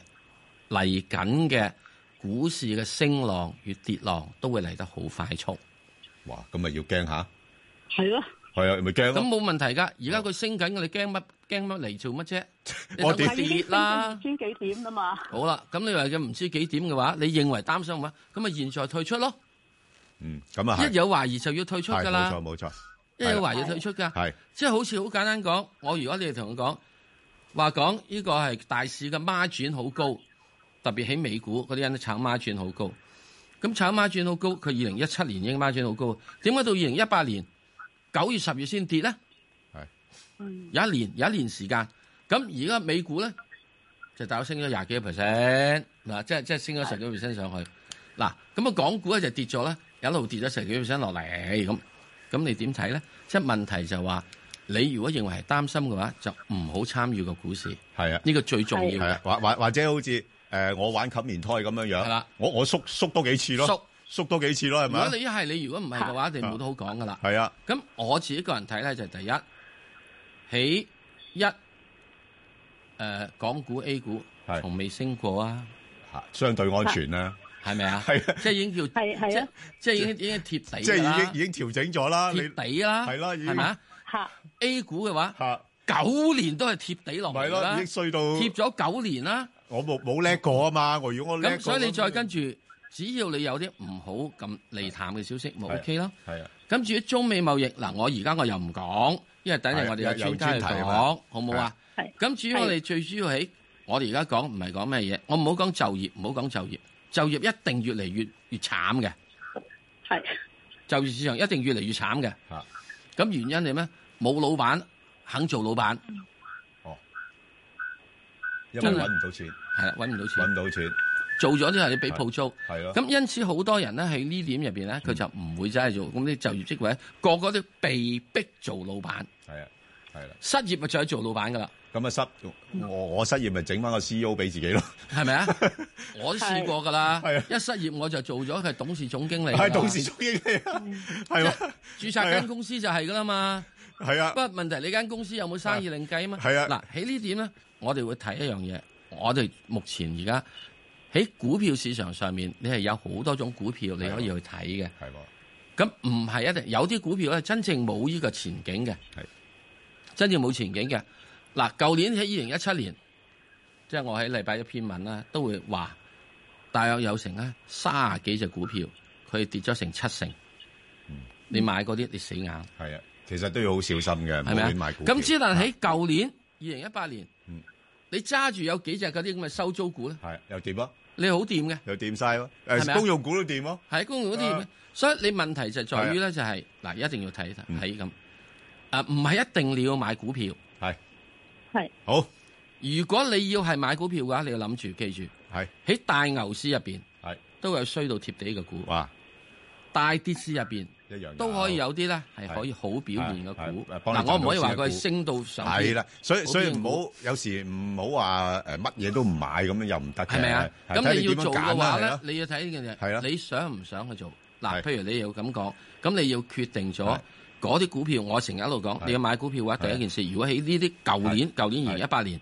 C: 嚟緊嘅股市嘅升浪與跌浪都會嚟得好快速。
B: 哇！咁咪要驚下，
M: 係咯。
B: 係啊，咪驚
C: 咁
B: 咯。
C: 冇問題噶，而家佢升緊嘅，你驚乜驚乜嚟做 乜啫？你
B: 我
C: 等佢
B: 哋
C: 跌啦，
M: 千幾點啦嘛。
C: 好啦，咁你話佢唔知幾點嘅話，你認為擔心嘅話，啊咁咪現在退出咯。
B: 嗯，咁啊係
C: 一有懷疑就要退出
B: 係
C: 㗎啦。
B: 冇錯冇錯，
C: 一有懷疑退出㗎。
B: 係
C: 即係好似好簡單講，我如果你哋同佢講話講呢個係大市嘅孖轉好高，特別喺美股嗰啲人都炒孖轉好高。咁炒孖轉好高，佢二零一七年已經孖轉好高，點解到二零一八年九月十月先跌咧？有一年有一年時間，咁而家美股咧就大約升咗廿幾個 percent，嗱即係即係升咗十幾個 percent 上去，嗱咁啊港股咧就跌咗啦，一路跌咗十幾個 percent 落嚟，咁咁你點睇咧？即係問題就話你如果認為係擔心嘅話，就唔好參與個股市。
B: 係啊，
C: 呢個最重要
B: 係啊，或或或者好似誒我玩冚棉胎咁樣樣，係啦，我我縮縮多幾次咯，縮多幾次咯，係
C: 如
B: 咪
C: 果
B: 啊？
C: 你一係你如果唔係嘅話，你冇得好講噶啦。
B: 係啊，
C: 咁我自己個人睇咧就係第一，喺一誒、呃港股 A 股從未升過啊，
B: 相對安全啦，
C: 係咪啊？
B: 係啊，
C: 即係已經叫
M: 係係啊，
C: 即係已經已經貼底
B: 即係已經
C: 經
B: 已經調整咗啦，你
C: 貼底啦，
B: 係啦已經
C: 係咪啊
M: 嚇
C: ？A 股嘅話，九年都係貼底落嚟
B: 係
C: 㗎
B: 咯，已
C: 啦
B: 經，衰到
C: 貼咗九年啦。
B: 我冇冇叻過啊嘛，我如果我叻過
C: 咁所以你再跟住，只要你有啲唔好咁利淡嘅消息，咪 OK 咯。
B: 係啊，
C: 咁至於中美貿易嗱，我而家我又唔講，因為等陣我哋有專家
B: 係有專
C: 去
B: 題啊嘛
C: 講，好唔好啊？咁至於我哋最主要喺我哋而家講唔係講咩嘢，我唔好講就業，唔好講就業，就業一定越嚟越越慘嘅，
M: 係
C: 就業市場一定越嚟越慘嘅。咁原因係咩？冇老闆肯做老闆，
B: 因為
C: 真係
B: 揾唔到錢，
C: 係啦，揾唔到錢，
B: 揾唔到錢，
C: 做咗之後你俾鋪租，
B: 係咯。
C: 咁因此好多人咧喺呢點入邊
B: 嗯
C: 咧，佢就唔會真係做咁啲就業職位，個個都被逼做老闆。
B: 係啊，係啦。
C: 失業咪就係做老闆噶啦，
B: 咁啊失我我失業咪整翻個 CEO 俾自己咯，
C: 係 咪啊？我都試過噶啦，一失業我就做咗佢董事總經理㗎啦。
B: 啊係董事總經理啊，係嘛？
C: 註冊間公司就係噶啦嘛。
B: 係啊，
C: 不過問題你間公司有冇生意另計啊嘛。
B: 係啊
C: 嗱喺呢點咧，我哋會睇一樣嘢。我哋目前而家喺股票市場上面，你係有好多種股票你可以去睇嘅。
B: 係
C: 咁唔係一定有啲股票咧，真正冇呢個前景嘅。
B: 係
C: 真正冇前景嘅。嗱，舊年喺二零一七年，即係我喺禮拜一篇文啦，都會話大約有成咧三十幾隻股票，佢跌咗成七成。你買嗰啲，你死硬。
B: 係啊，其實都要好小心嘅，唔好
C: 係咪啊
B: 亂買？股票。
C: 咁之但喺舊年二零一八年
B: 嗯，
C: 你揸住有幾隻嗰啲咁嘅收租股咧？
B: 係又點啊？
C: 你好掂嘅，
B: 又掂晒咯。誒
C: 係咪啊
B: 公用股都掂咯。
C: 喺公用嗰啲
B: 啊，
C: 所以你問題就在於咧，就係嗱，一定要睇
B: 嗯
C: 睇咁。啊，唔係一定你要買股票。
B: 係
M: 係
B: 好。
C: 如果你要係買股票嘅話，你要諗住記住，
B: 係
C: 喺大牛市入邊，
B: 係
C: 都有衰到貼地嘅股。
B: 哇！
C: 大跌市入邊
B: 一樣有
C: 都可以有啲咧係可以好表現嘅股。
B: 係係幫你
C: 嗱，我唔可以
B: 賺到錢嘅
C: 話佢
B: 股
C: 係升到上邊。
B: 係啦，所以所以
C: 好表現股
B: 唔好有時唔好話誒乜嘢都唔買咁樣又唔得嘅。
C: 係咪啊？
B: 係睇
C: 咁你要
B: 點樣
C: 做嘅
B: 揀啦
C: 話
B: 係
C: 咧
B: 咯，
C: 你要睇呢
B: 係
C: 樣
B: 啦
C: 嘢，你想唔想去做？嗱，譬如你要咁講，咁你要決定咗嗰啲股票，我成日一路講，你要買股票嘅話，第一件事，如果喺呢啲舊年、舊年二零一八年，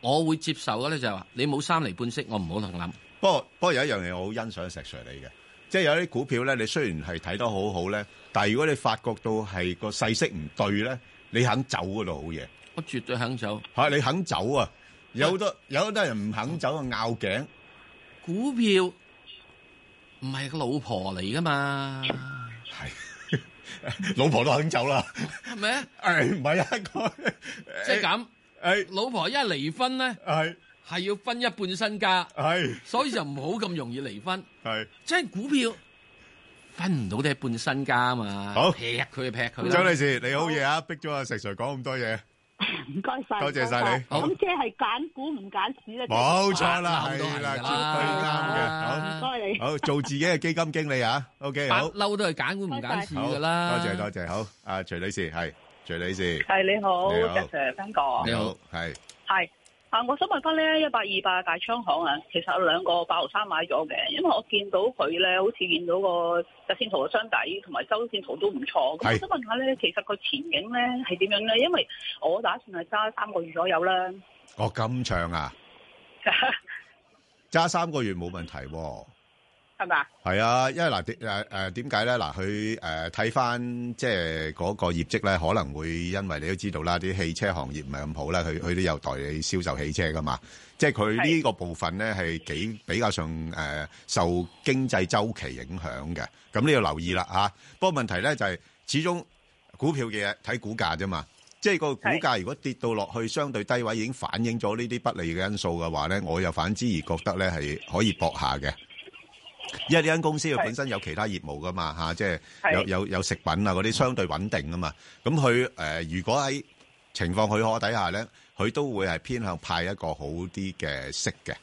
C: 我會接受嘅咧就係話，你冇三厘半息，我唔好同諗。
B: 不過不過有一樣嘢我好欣賞石 Sir 你嘅，即係有啲股票咧，你雖然係睇得好好咧，但係如果你發覺到係個勢色唔對咧，你肯走嗰度好嘢。
C: 我絕對肯走。
B: 嚇！你肯走啊！有好多有好多人唔肯走啊，拗 頸。
C: 股票唔係個老婆嚟噶嘛，
B: 老婆都肯走啦。
C: 係咪啊？
B: 誒唔係啊，佢
C: 即係咁。
B: 誒，
C: 老婆一離婚咧，
B: 係
C: 係要分一半身家，
B: 係，
C: 所以就唔好咁容易離婚。
B: 係，
C: 即係股票分唔到你半身家嘛。
B: 好
C: 劈佢就劈佢啦。
B: 張女士你好嘢啊，逼咗阿石 Sir 講咁多嘢。
M: 唔該晒，
B: 多謝晒你
M: 唔該咁即係揀股唔揀市咧，
B: 冇錯啦，
M: 啱到
B: 係啦，
M: 係
B: 絕
M: 唔該
B: 對啱嘅。
M: 你，
B: 好，好做自己嘅基金經理啊。OK，
C: 不
B: 好，
C: 嬲都係揀股唔揀市㗎啦。
B: 好多謝多謝，好，阿徐女士係，徐女士，
N: 係你好，
B: 你好
N: 石 Sir 邊個？
B: 你好，係
N: 係啊，我想問翻咧一百二八大昌行啊，其實有兩個八毫三買咗嘅，因為我見到佢咧，好似見到個日線圖嘅箱底同埋周線圖都唔錯。咁我
O: 係
N: 想問下咧，其實個前景咧係點樣咧？因為我打算係揸三個月左右啦。
B: 哦咁長啊，揸三個月冇問題喎。
N: 係咪啊？
B: 係啊，因為嗱，點誒誒點解咧？嗱，佢誒睇翻即係嗰個業績咧，可能會因為你都知道啦，啲汽車行業唔係咁好啦，佢佢都有代理銷售汽車噶嘛，即嗯係佢呢個部分咧係幾比較上誒、呃受經濟周期影響嘅，咁你要留意啦嚇、啊不過問題咧就係、始終股票嘅嘢睇股價啫嘛。即係個股價如果跌到落去相對低位，已經反映咗呢啲不利嘅因素嘅話咧，我又反之而覺得咧係可以搏下嘅。因為呢間公司佢本身有其他業務噶嘛嚇，即係有
P: 係
B: 有有食品啊嗰啲相對穩定啊嘛。咁佢誒如果喺情況許可底下咧，佢都會係偏向派一個好啲嘅息嘅，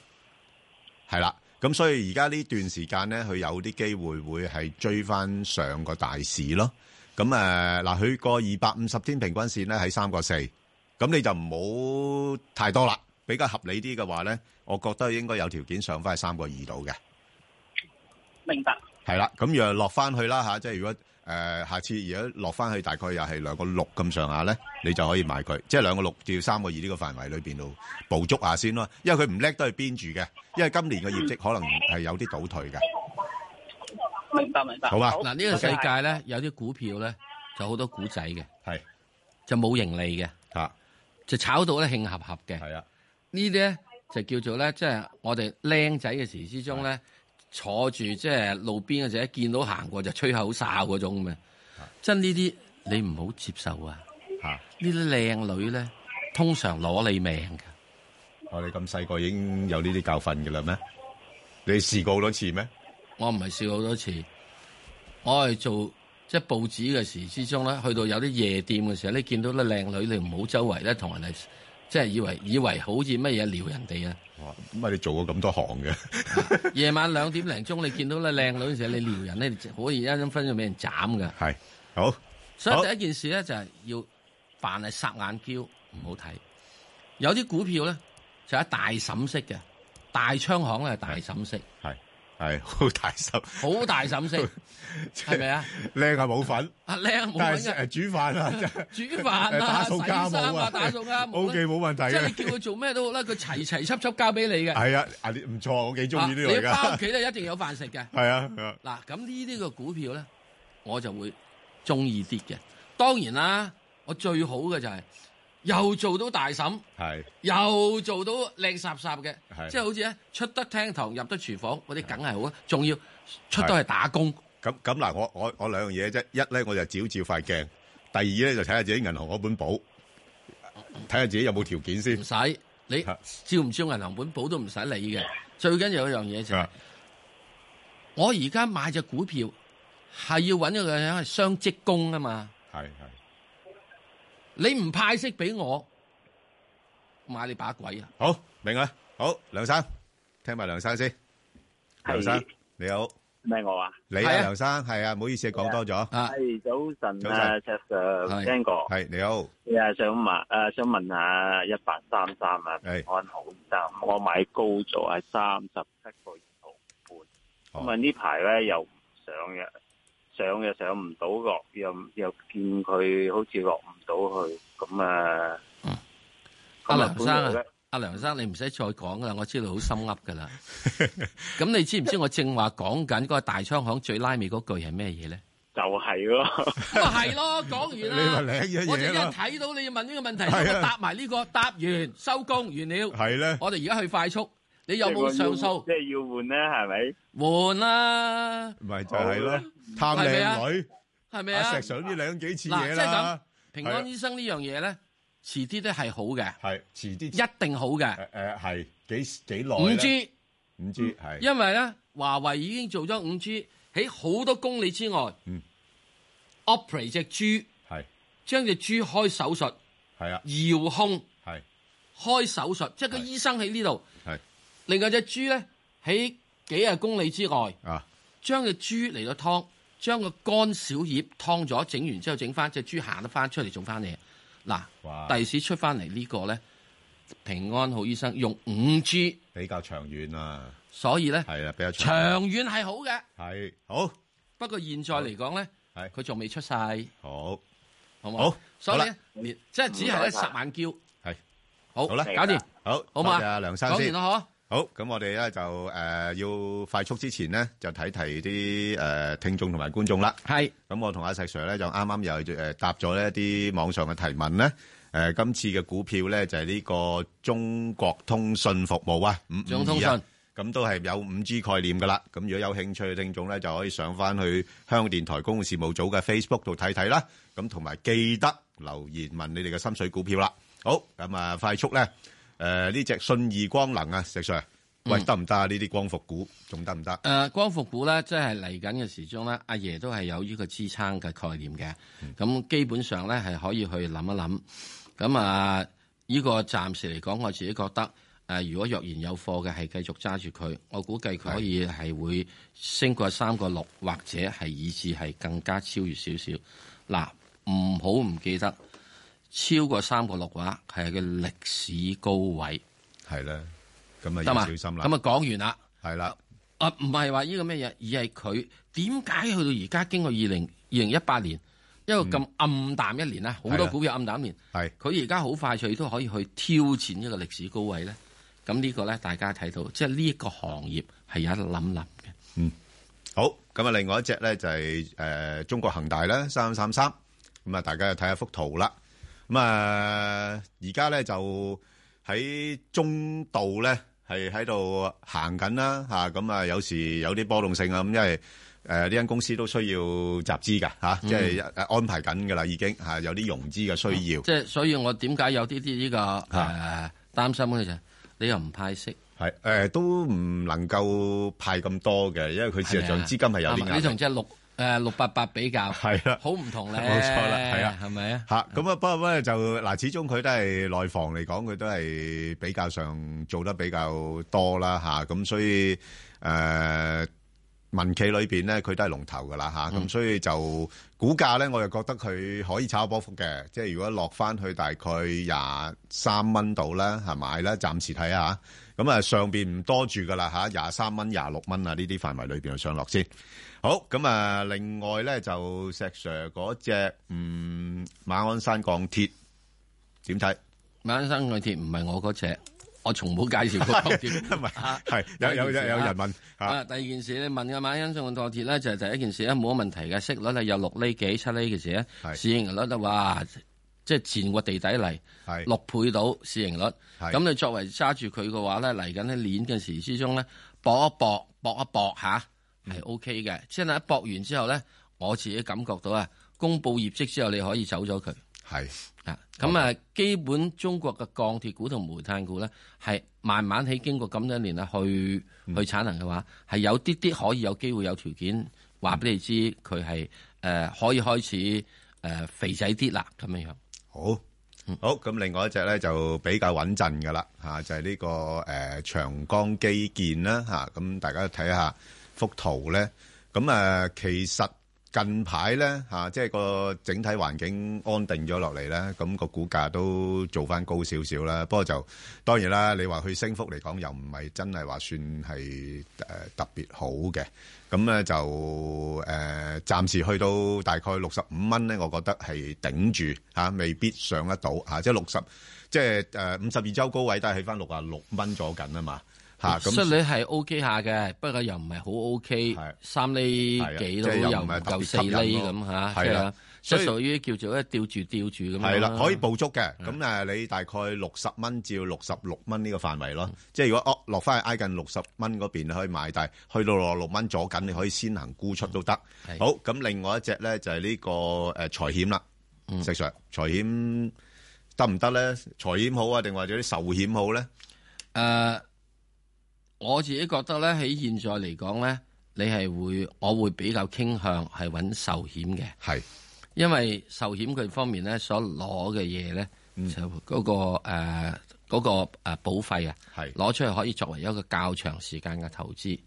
B: 係啦。咁所以而家呢段時間咧，佢有啲機會會係追翻上個大市咯。咁誒嗱，佢個二百五十天平均線咧喺三個四，咁你就唔好太多啦。比較合理啲嘅話咧，我覺得應該有條件上翻去三個二度嘅。
N: 明白。
B: 係啦，咁又落翻去啦吓，即係如果诶、呃下次如果落翻去大概又係兩個六咁上下咧，你就可以買佢，即係兩個六至三個二呢個範圍裏边度捕捉下先咯，因為佢唔叻都係邊住嘅，因為今年嘅業績可能係有啲倒退嘅。
N: 明白明白。
B: 好啊
C: 嗱呢個世界咧，有啲股票咧就好多股仔嘅，
B: 系
C: 就冇盈利嘅，
B: 吓
C: 就炒到咧慶合合嘅，
B: 系啊，
C: 呢啲咧就叫做咧，即係我哋僆仔嘅時之中咧，坐住即係路邊嘅時候，一見到行過就吹口哨嗰種咁嘅，真呢啲你唔好接受啊！
B: 吓
C: 呢啲靚女咧，通常攞你命嘅。
B: 我哋咁細個已經有呢啲教訓嘅啦咩？你試過好多次咩？
C: 我唔係試過好多次，我係做即係報紙嘅時之中咧，去到有啲夜店嘅時候，你見到啲靚女，你唔好周圍咧同人哋，即係以為以為好似乜嘢撩人哋啊！
B: 哇！咁啊，你做過咁多行嘅，
C: 夜晚兩點零鐘，你見到咧靚女嘅時候，你撩人咧，你可以一分分鐘俾人斬㗎。
B: 係好，
C: 所以第一件事咧就係要扮係霎眼嬌，唔好睇。有啲股票咧就係大審式嘅，大昌行咧係大審式，
B: 係係好大手，
C: 好大審式，係咪啊？
B: 靚係冇份，
C: 啊靚冇
B: 但
C: 份
B: 係
C: 嘅
B: 誒煮飯啊，真係
C: 煮 飯啊，
B: 打掃家務
C: 洗衫
B: 啊
C: 啊，打 掃家務啊
B: OK，冇問題嘅
C: 即係你叫佢做咩都好啦，佢齊齊輯輯交俾 你 嘅。
B: 係啊，啊你唔錯，我幾中意呢
C: 啊
B: 類
C: 你 翻屋
B: 㗎。
C: 企咧一定有飯食嘅。
B: 係啊係啊
C: 嗱咁呢啲嘅股票咧，我就會中意啲嘅。當然啦，我最好嘅就係又做到大嬸，
B: 係
C: 又做到靚霎霎嘅
B: 係，
C: 即係好似咧出得廳堂入得廚房嗰啲，梗係好啊。仲要出到去打工。
B: 咁咁嗱，我我我兩樣嘢啫，一咧我就照照塊鏡，第二咧就睇下自己銀行嗰本簿，睇下自己有冇條件先。唔
C: 使你照唔照銀行本簿都唔使理嘅。最緊要有一樣嘢就係、我而家買只股票係要揾一個人係雙職工啊嘛。
B: 係係，
C: 你唔派息俾我，買你把鬼啊！
B: 好明啦。好，梁生，聽埋梁生先。梁生你好，
Q: 咩我啊？
B: 你啊，梁生係啊，唔好意思講多咗。
C: 啊
Q: 系早晨
B: 早
Q: 啊
B: 晨
Q: ，Sir Sir，聽過。
B: 係你好，
Q: 系啊，想問诶，想問下一八三三啊，平安好三，我買高咗係三十七個二毫半，咁啊呢排咧又唔上嘅，上又上唔到落，又又見佢好似落唔到去，咁啊，
C: 阿梁
Q: 本
C: 生
Q: 來
C: 啊
Q: 咧，
C: 阿梁生，你唔使再講噶啦，我知道你好心噏噶啦。 咁你知唔知我正話講緊嗰個大昌行最拉尾嗰句係咩嘢咧？
Q: 就係咯，
C: 咁啊係咯，講完啦。
B: 你咪領咗嘢咯
C: 我哋一睇到你要問呢個問題，
B: 係啊
C: 我答埋呢個，答完收工完了。
B: 係咧。
C: 我哋而家去快速，你有冇上訴？
Q: 即係要換咧，係
C: 咪？換啦，
B: 咪就係咯，貪
C: 好啦
B: 靚女，
C: 係咪啊？
B: 阿石上呢兩幾次
C: 嗱，
B: 嘢
C: 即係咁
B: 啦。，
C: 平安醫生呢樣嘢咧，遲啲都係好嘅。
B: 係遲啲
C: 一定好嘅。
B: 誒係啊幾幾耐
C: 五
B: 咧
C: G，
B: 唔知係
C: 因為咧華為已經做咗五 G 喺好多公里之外
B: 嗯
C: ，operate 只豬，
B: 係
C: 將只豬開手術，
B: 係啊，
C: 遙控
B: 係
C: 開手術，即係個醫生喺呢度，
B: 係
C: 另外只豬咧喺幾廿公里之外，
B: 啊，
C: 將只豬嚟到劏，將個肝小葉劏咗，整完之後整翻只豬行得翻出嚟，種翻嘢。嗱，第時出翻嚟呢個咧，平安好醫生用五 G
B: 比較長遠啊，
C: 所以咧
B: 係啊，比較
C: 長遠係好嘅，
B: 係好。
C: 不過現在嚟講咧，佢仲未出世，
B: 好，
C: 好冇？
B: 好，
C: 所以
B: 好啦
C: 咧，連即係只係咧
B: 唔該
C: 十
B: 晒
C: 萬叫。
B: 好，
C: 好啦，搞掂。
B: 好，
C: 好嘛？
B: 多謝阿梁生
C: 講
B: 先。
C: 完啦，嗬？
B: 好，咁我哋呢，就，呃，要快速之前呢，就睇提啲，呃，聽眾同埋觀眾啦。咁我同阿石Sir呢，就啱啱又，呃，答咗呢一啲網上嘅提問呢。呃，今次嘅股票呢，就係呢個中國通訊服務啊，552
C: 中通訊。
B: 咁都係有 5G 概念㗎啦。咁如果有興趣嘅聽眾呢，就可以上返去香港電台公共事務組嘅Facebook度睇睇啦。咁同埋記得留言問你哋嘅心水股票啦。好，咁啊，快速呢，誒，呢隻信義光能啊，石Sir，喂，得唔得啊？呢啲光伏股仲得唔得？
C: 誒、呃光伏股咧，即係嚟緊嘅時鐘咧，阿爺都係有呢個支撐嘅概念嘅。
B: 嗯
C: 咁、基本上咧係可以去諗一諗。咁啊，呢、個暫時嚟講，我自己覺得誒、如果若然有貨嘅係繼續揸住佢，我估計佢可以係會升過三個六，或者係以至係更加超越少少。嗱，唔好唔記得超過三個六嘅話，係佢歷史高位。
B: 係啦，咁啊
C: 得嘛？
B: 要小心啦。
C: 咁啊講完啦。
B: 係啦。
C: 啊，唔係話呢個咩嘢，而係佢點解去到而家經過二零二零一八年一個咁暗淡一年咧，啊好
B: 係
C: 多
B: 啦
C: 股票暗淡一年，
B: 嗯係
C: 佢而家好快脆都可以去挑戰一個歷史高位咧。咁呢個咧，大家睇到，即係呢一個行業係有得諗諗嘅。
B: 好，咁啊，另外一隻呢，就係，誒，中國恒大啦，3333咁啊，大家睇下幅圖啦。咁啊，而家呢，就喺中道呢，係喺度行緊啦，嚇，咁啊，有時有啲波動性啊，咁因為，誒，呢間公司都需要集資㗎，嚇，即係安排緊㗎啦，已經，嚇，有啲融資嘅需要。
C: 啊即係所以我點解有啲啲呢個誒擔心嘅就係你又唔派息，
B: 係，誒，都唔能夠派咁多嘅，因為佢事實上
C: 係咪啊？
B: 資金係有啲
C: 啱啊
B: 壓力
C: 你同即係六誒六八八 比較
B: 係啦，
C: 好唔同咧，
B: 冇錯啦，係啊，
C: 係咪啊？
B: 吓咁啊，不過不過就嗱，始終佢都係內房嚟講，佢都係比較上做得比較多啦吓，咁所以誒民企裏邊咧，佢都係龍頭噶啦吓，咁所以就股價咧，我又覺得佢可以炒波幅嘅，即係如果落翻去大概廿三蚊度啦，係買啦，暫時睇下。咁啊，上邊唔多住噶啦吓，廿三蚊、廿六蚊啊呢啲範圍裏邊去上落先。好，咁啊，另外咧就石 Sir 嗰只嗯馬鞍山鋼鐵點 睇？
C: 馬鞍山鋼鐵唔係我嗰只，我從冇介紹過鋼鐵。唔係，
B: 係啊有有有有人問
C: 啊，第二件事你問嘅馬鞍山鋼鐵咧，就係第一件事咧啊冇乜問題嘅，息率咧有六厘幾、七厘嘅時咧，市盈率咧哇，即係前個地底嚟，六倍到市盈率。咁你作為揸住佢嘅話咧，嚟緊呢年嘅時之中咧，搏一搏，搏一搏下係 O K 嘅。即係一搏完之後咧，我自己感覺到啊，公佈業績之後你可以走咗佢。
B: 係
C: 啊，咁啊，基本中國嘅鋼鐵股同煤炭股咧，係慢慢喺經過咁多年啦，啊去
B: 嗯
C: 去產能嘅話，係有啲啲可以有機會有條件話俾你知，佢係誒可以開始誒、呃肥仔啲啦，咁樣樣。
B: 好，好，咁另外一隻咧就比較穩陣噶啦吓，就係呢個誒長江基建啦吓，咁大家睇下幅圖咧，咁啊其實近排咧吓，即係個整體環境安定咗落嚟咧，咁個股價都做翻高少少啦。不過就當然啦，你話佢升幅嚟講又唔係真係話算係誒特別好嘅，咁咧就誒、呃、暫時去到大概六十五蚊咧，我覺得係頂住嚇、啊未必上得到嚇、啊即係六十，即係誒五十二周高位都係去翻六啊六蚊左緊啊嘛嚇，咁、
C: 息率係 O K 下嘅，不過又唔係好 O K，三厘幾
B: 係啊即
C: 到
B: 係
C: 又
B: 又
C: 唔
B: 唔係特
C: 夠
B: 別
C: 四
B: 吸引咯
C: 厘咁嚇，
B: 係
C: 即
B: 啦
C: 係啊即
B: 所以
C: 係屬於叫做一吊住吊住咁嗯樣。
B: 係啦，可以捕捉嘅。咁誒，你大概六十蚊至六十六蚊呢個範圍
C: 嗯
B: 咯。即係如果哦落翻去挨近六十蚊嗰邊你可以買，但係去到六六蚊左緊，你可以先行沽出都得。
C: 嗯係
B: 好，咁另外一隻咧就係呢個誒財險啦，
C: 嗯
B: 石 Sir，財險得唔得咧？財險好啊，定或者啲壽險好咧？
C: 誒、呃我自己覺得咧，喺現在嚟講咧，你係會，我會比較傾向係揾壽險嘅，
B: 係
C: 因為壽險佢方面咧所攞嘅嘢咧，就嗰個誒嗰個誒保費啊，攞出去可以作為一個較長時間嘅投資。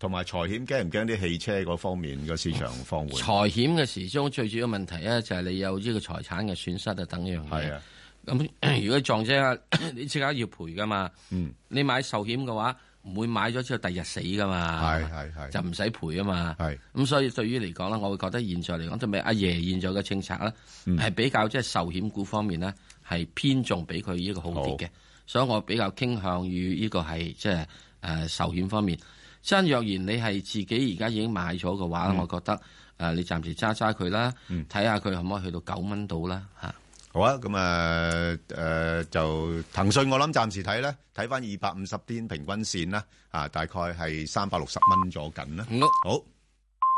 B: 同埋財險驚唔驚啲汽車嗰方面個市場放緩？
C: 財險嘅時鐘最主要問題咧，就係你有呢個財產嘅損失啊，等呢樣嘢。咁 如果撞車啊，你即刻要賠噶嘛？
B: 嗯，
C: 你買壽險嘅話，唔會買咗之後第日死噶嘛？
B: 係係係
C: 啊就唔使賠啊嘛。
B: 係
C: 咁，所以對於嚟講咧，我會覺得現在嚟講，對咪阿爺現在嘅政策咧，係、
B: 嗯
C: 比較即係壽險股方面咧，係偏重俾佢呢個好啲嘅。所以我比較傾向於呢個係即係誒壽險方面。真若然你係自己而家已經買咗嘅話，
B: 嗯
C: 我覺得誒、呃你暫時揸揸佢啦，睇下佢可唔可以去到九蚊度啦嚇。
B: 好啊，咁啊，誒、就騰訊，我諗暫時睇咧，睇翻二百五十天平均線啦，啊，大概係三百六十蚊左緊啦。
C: 好，
B: 好，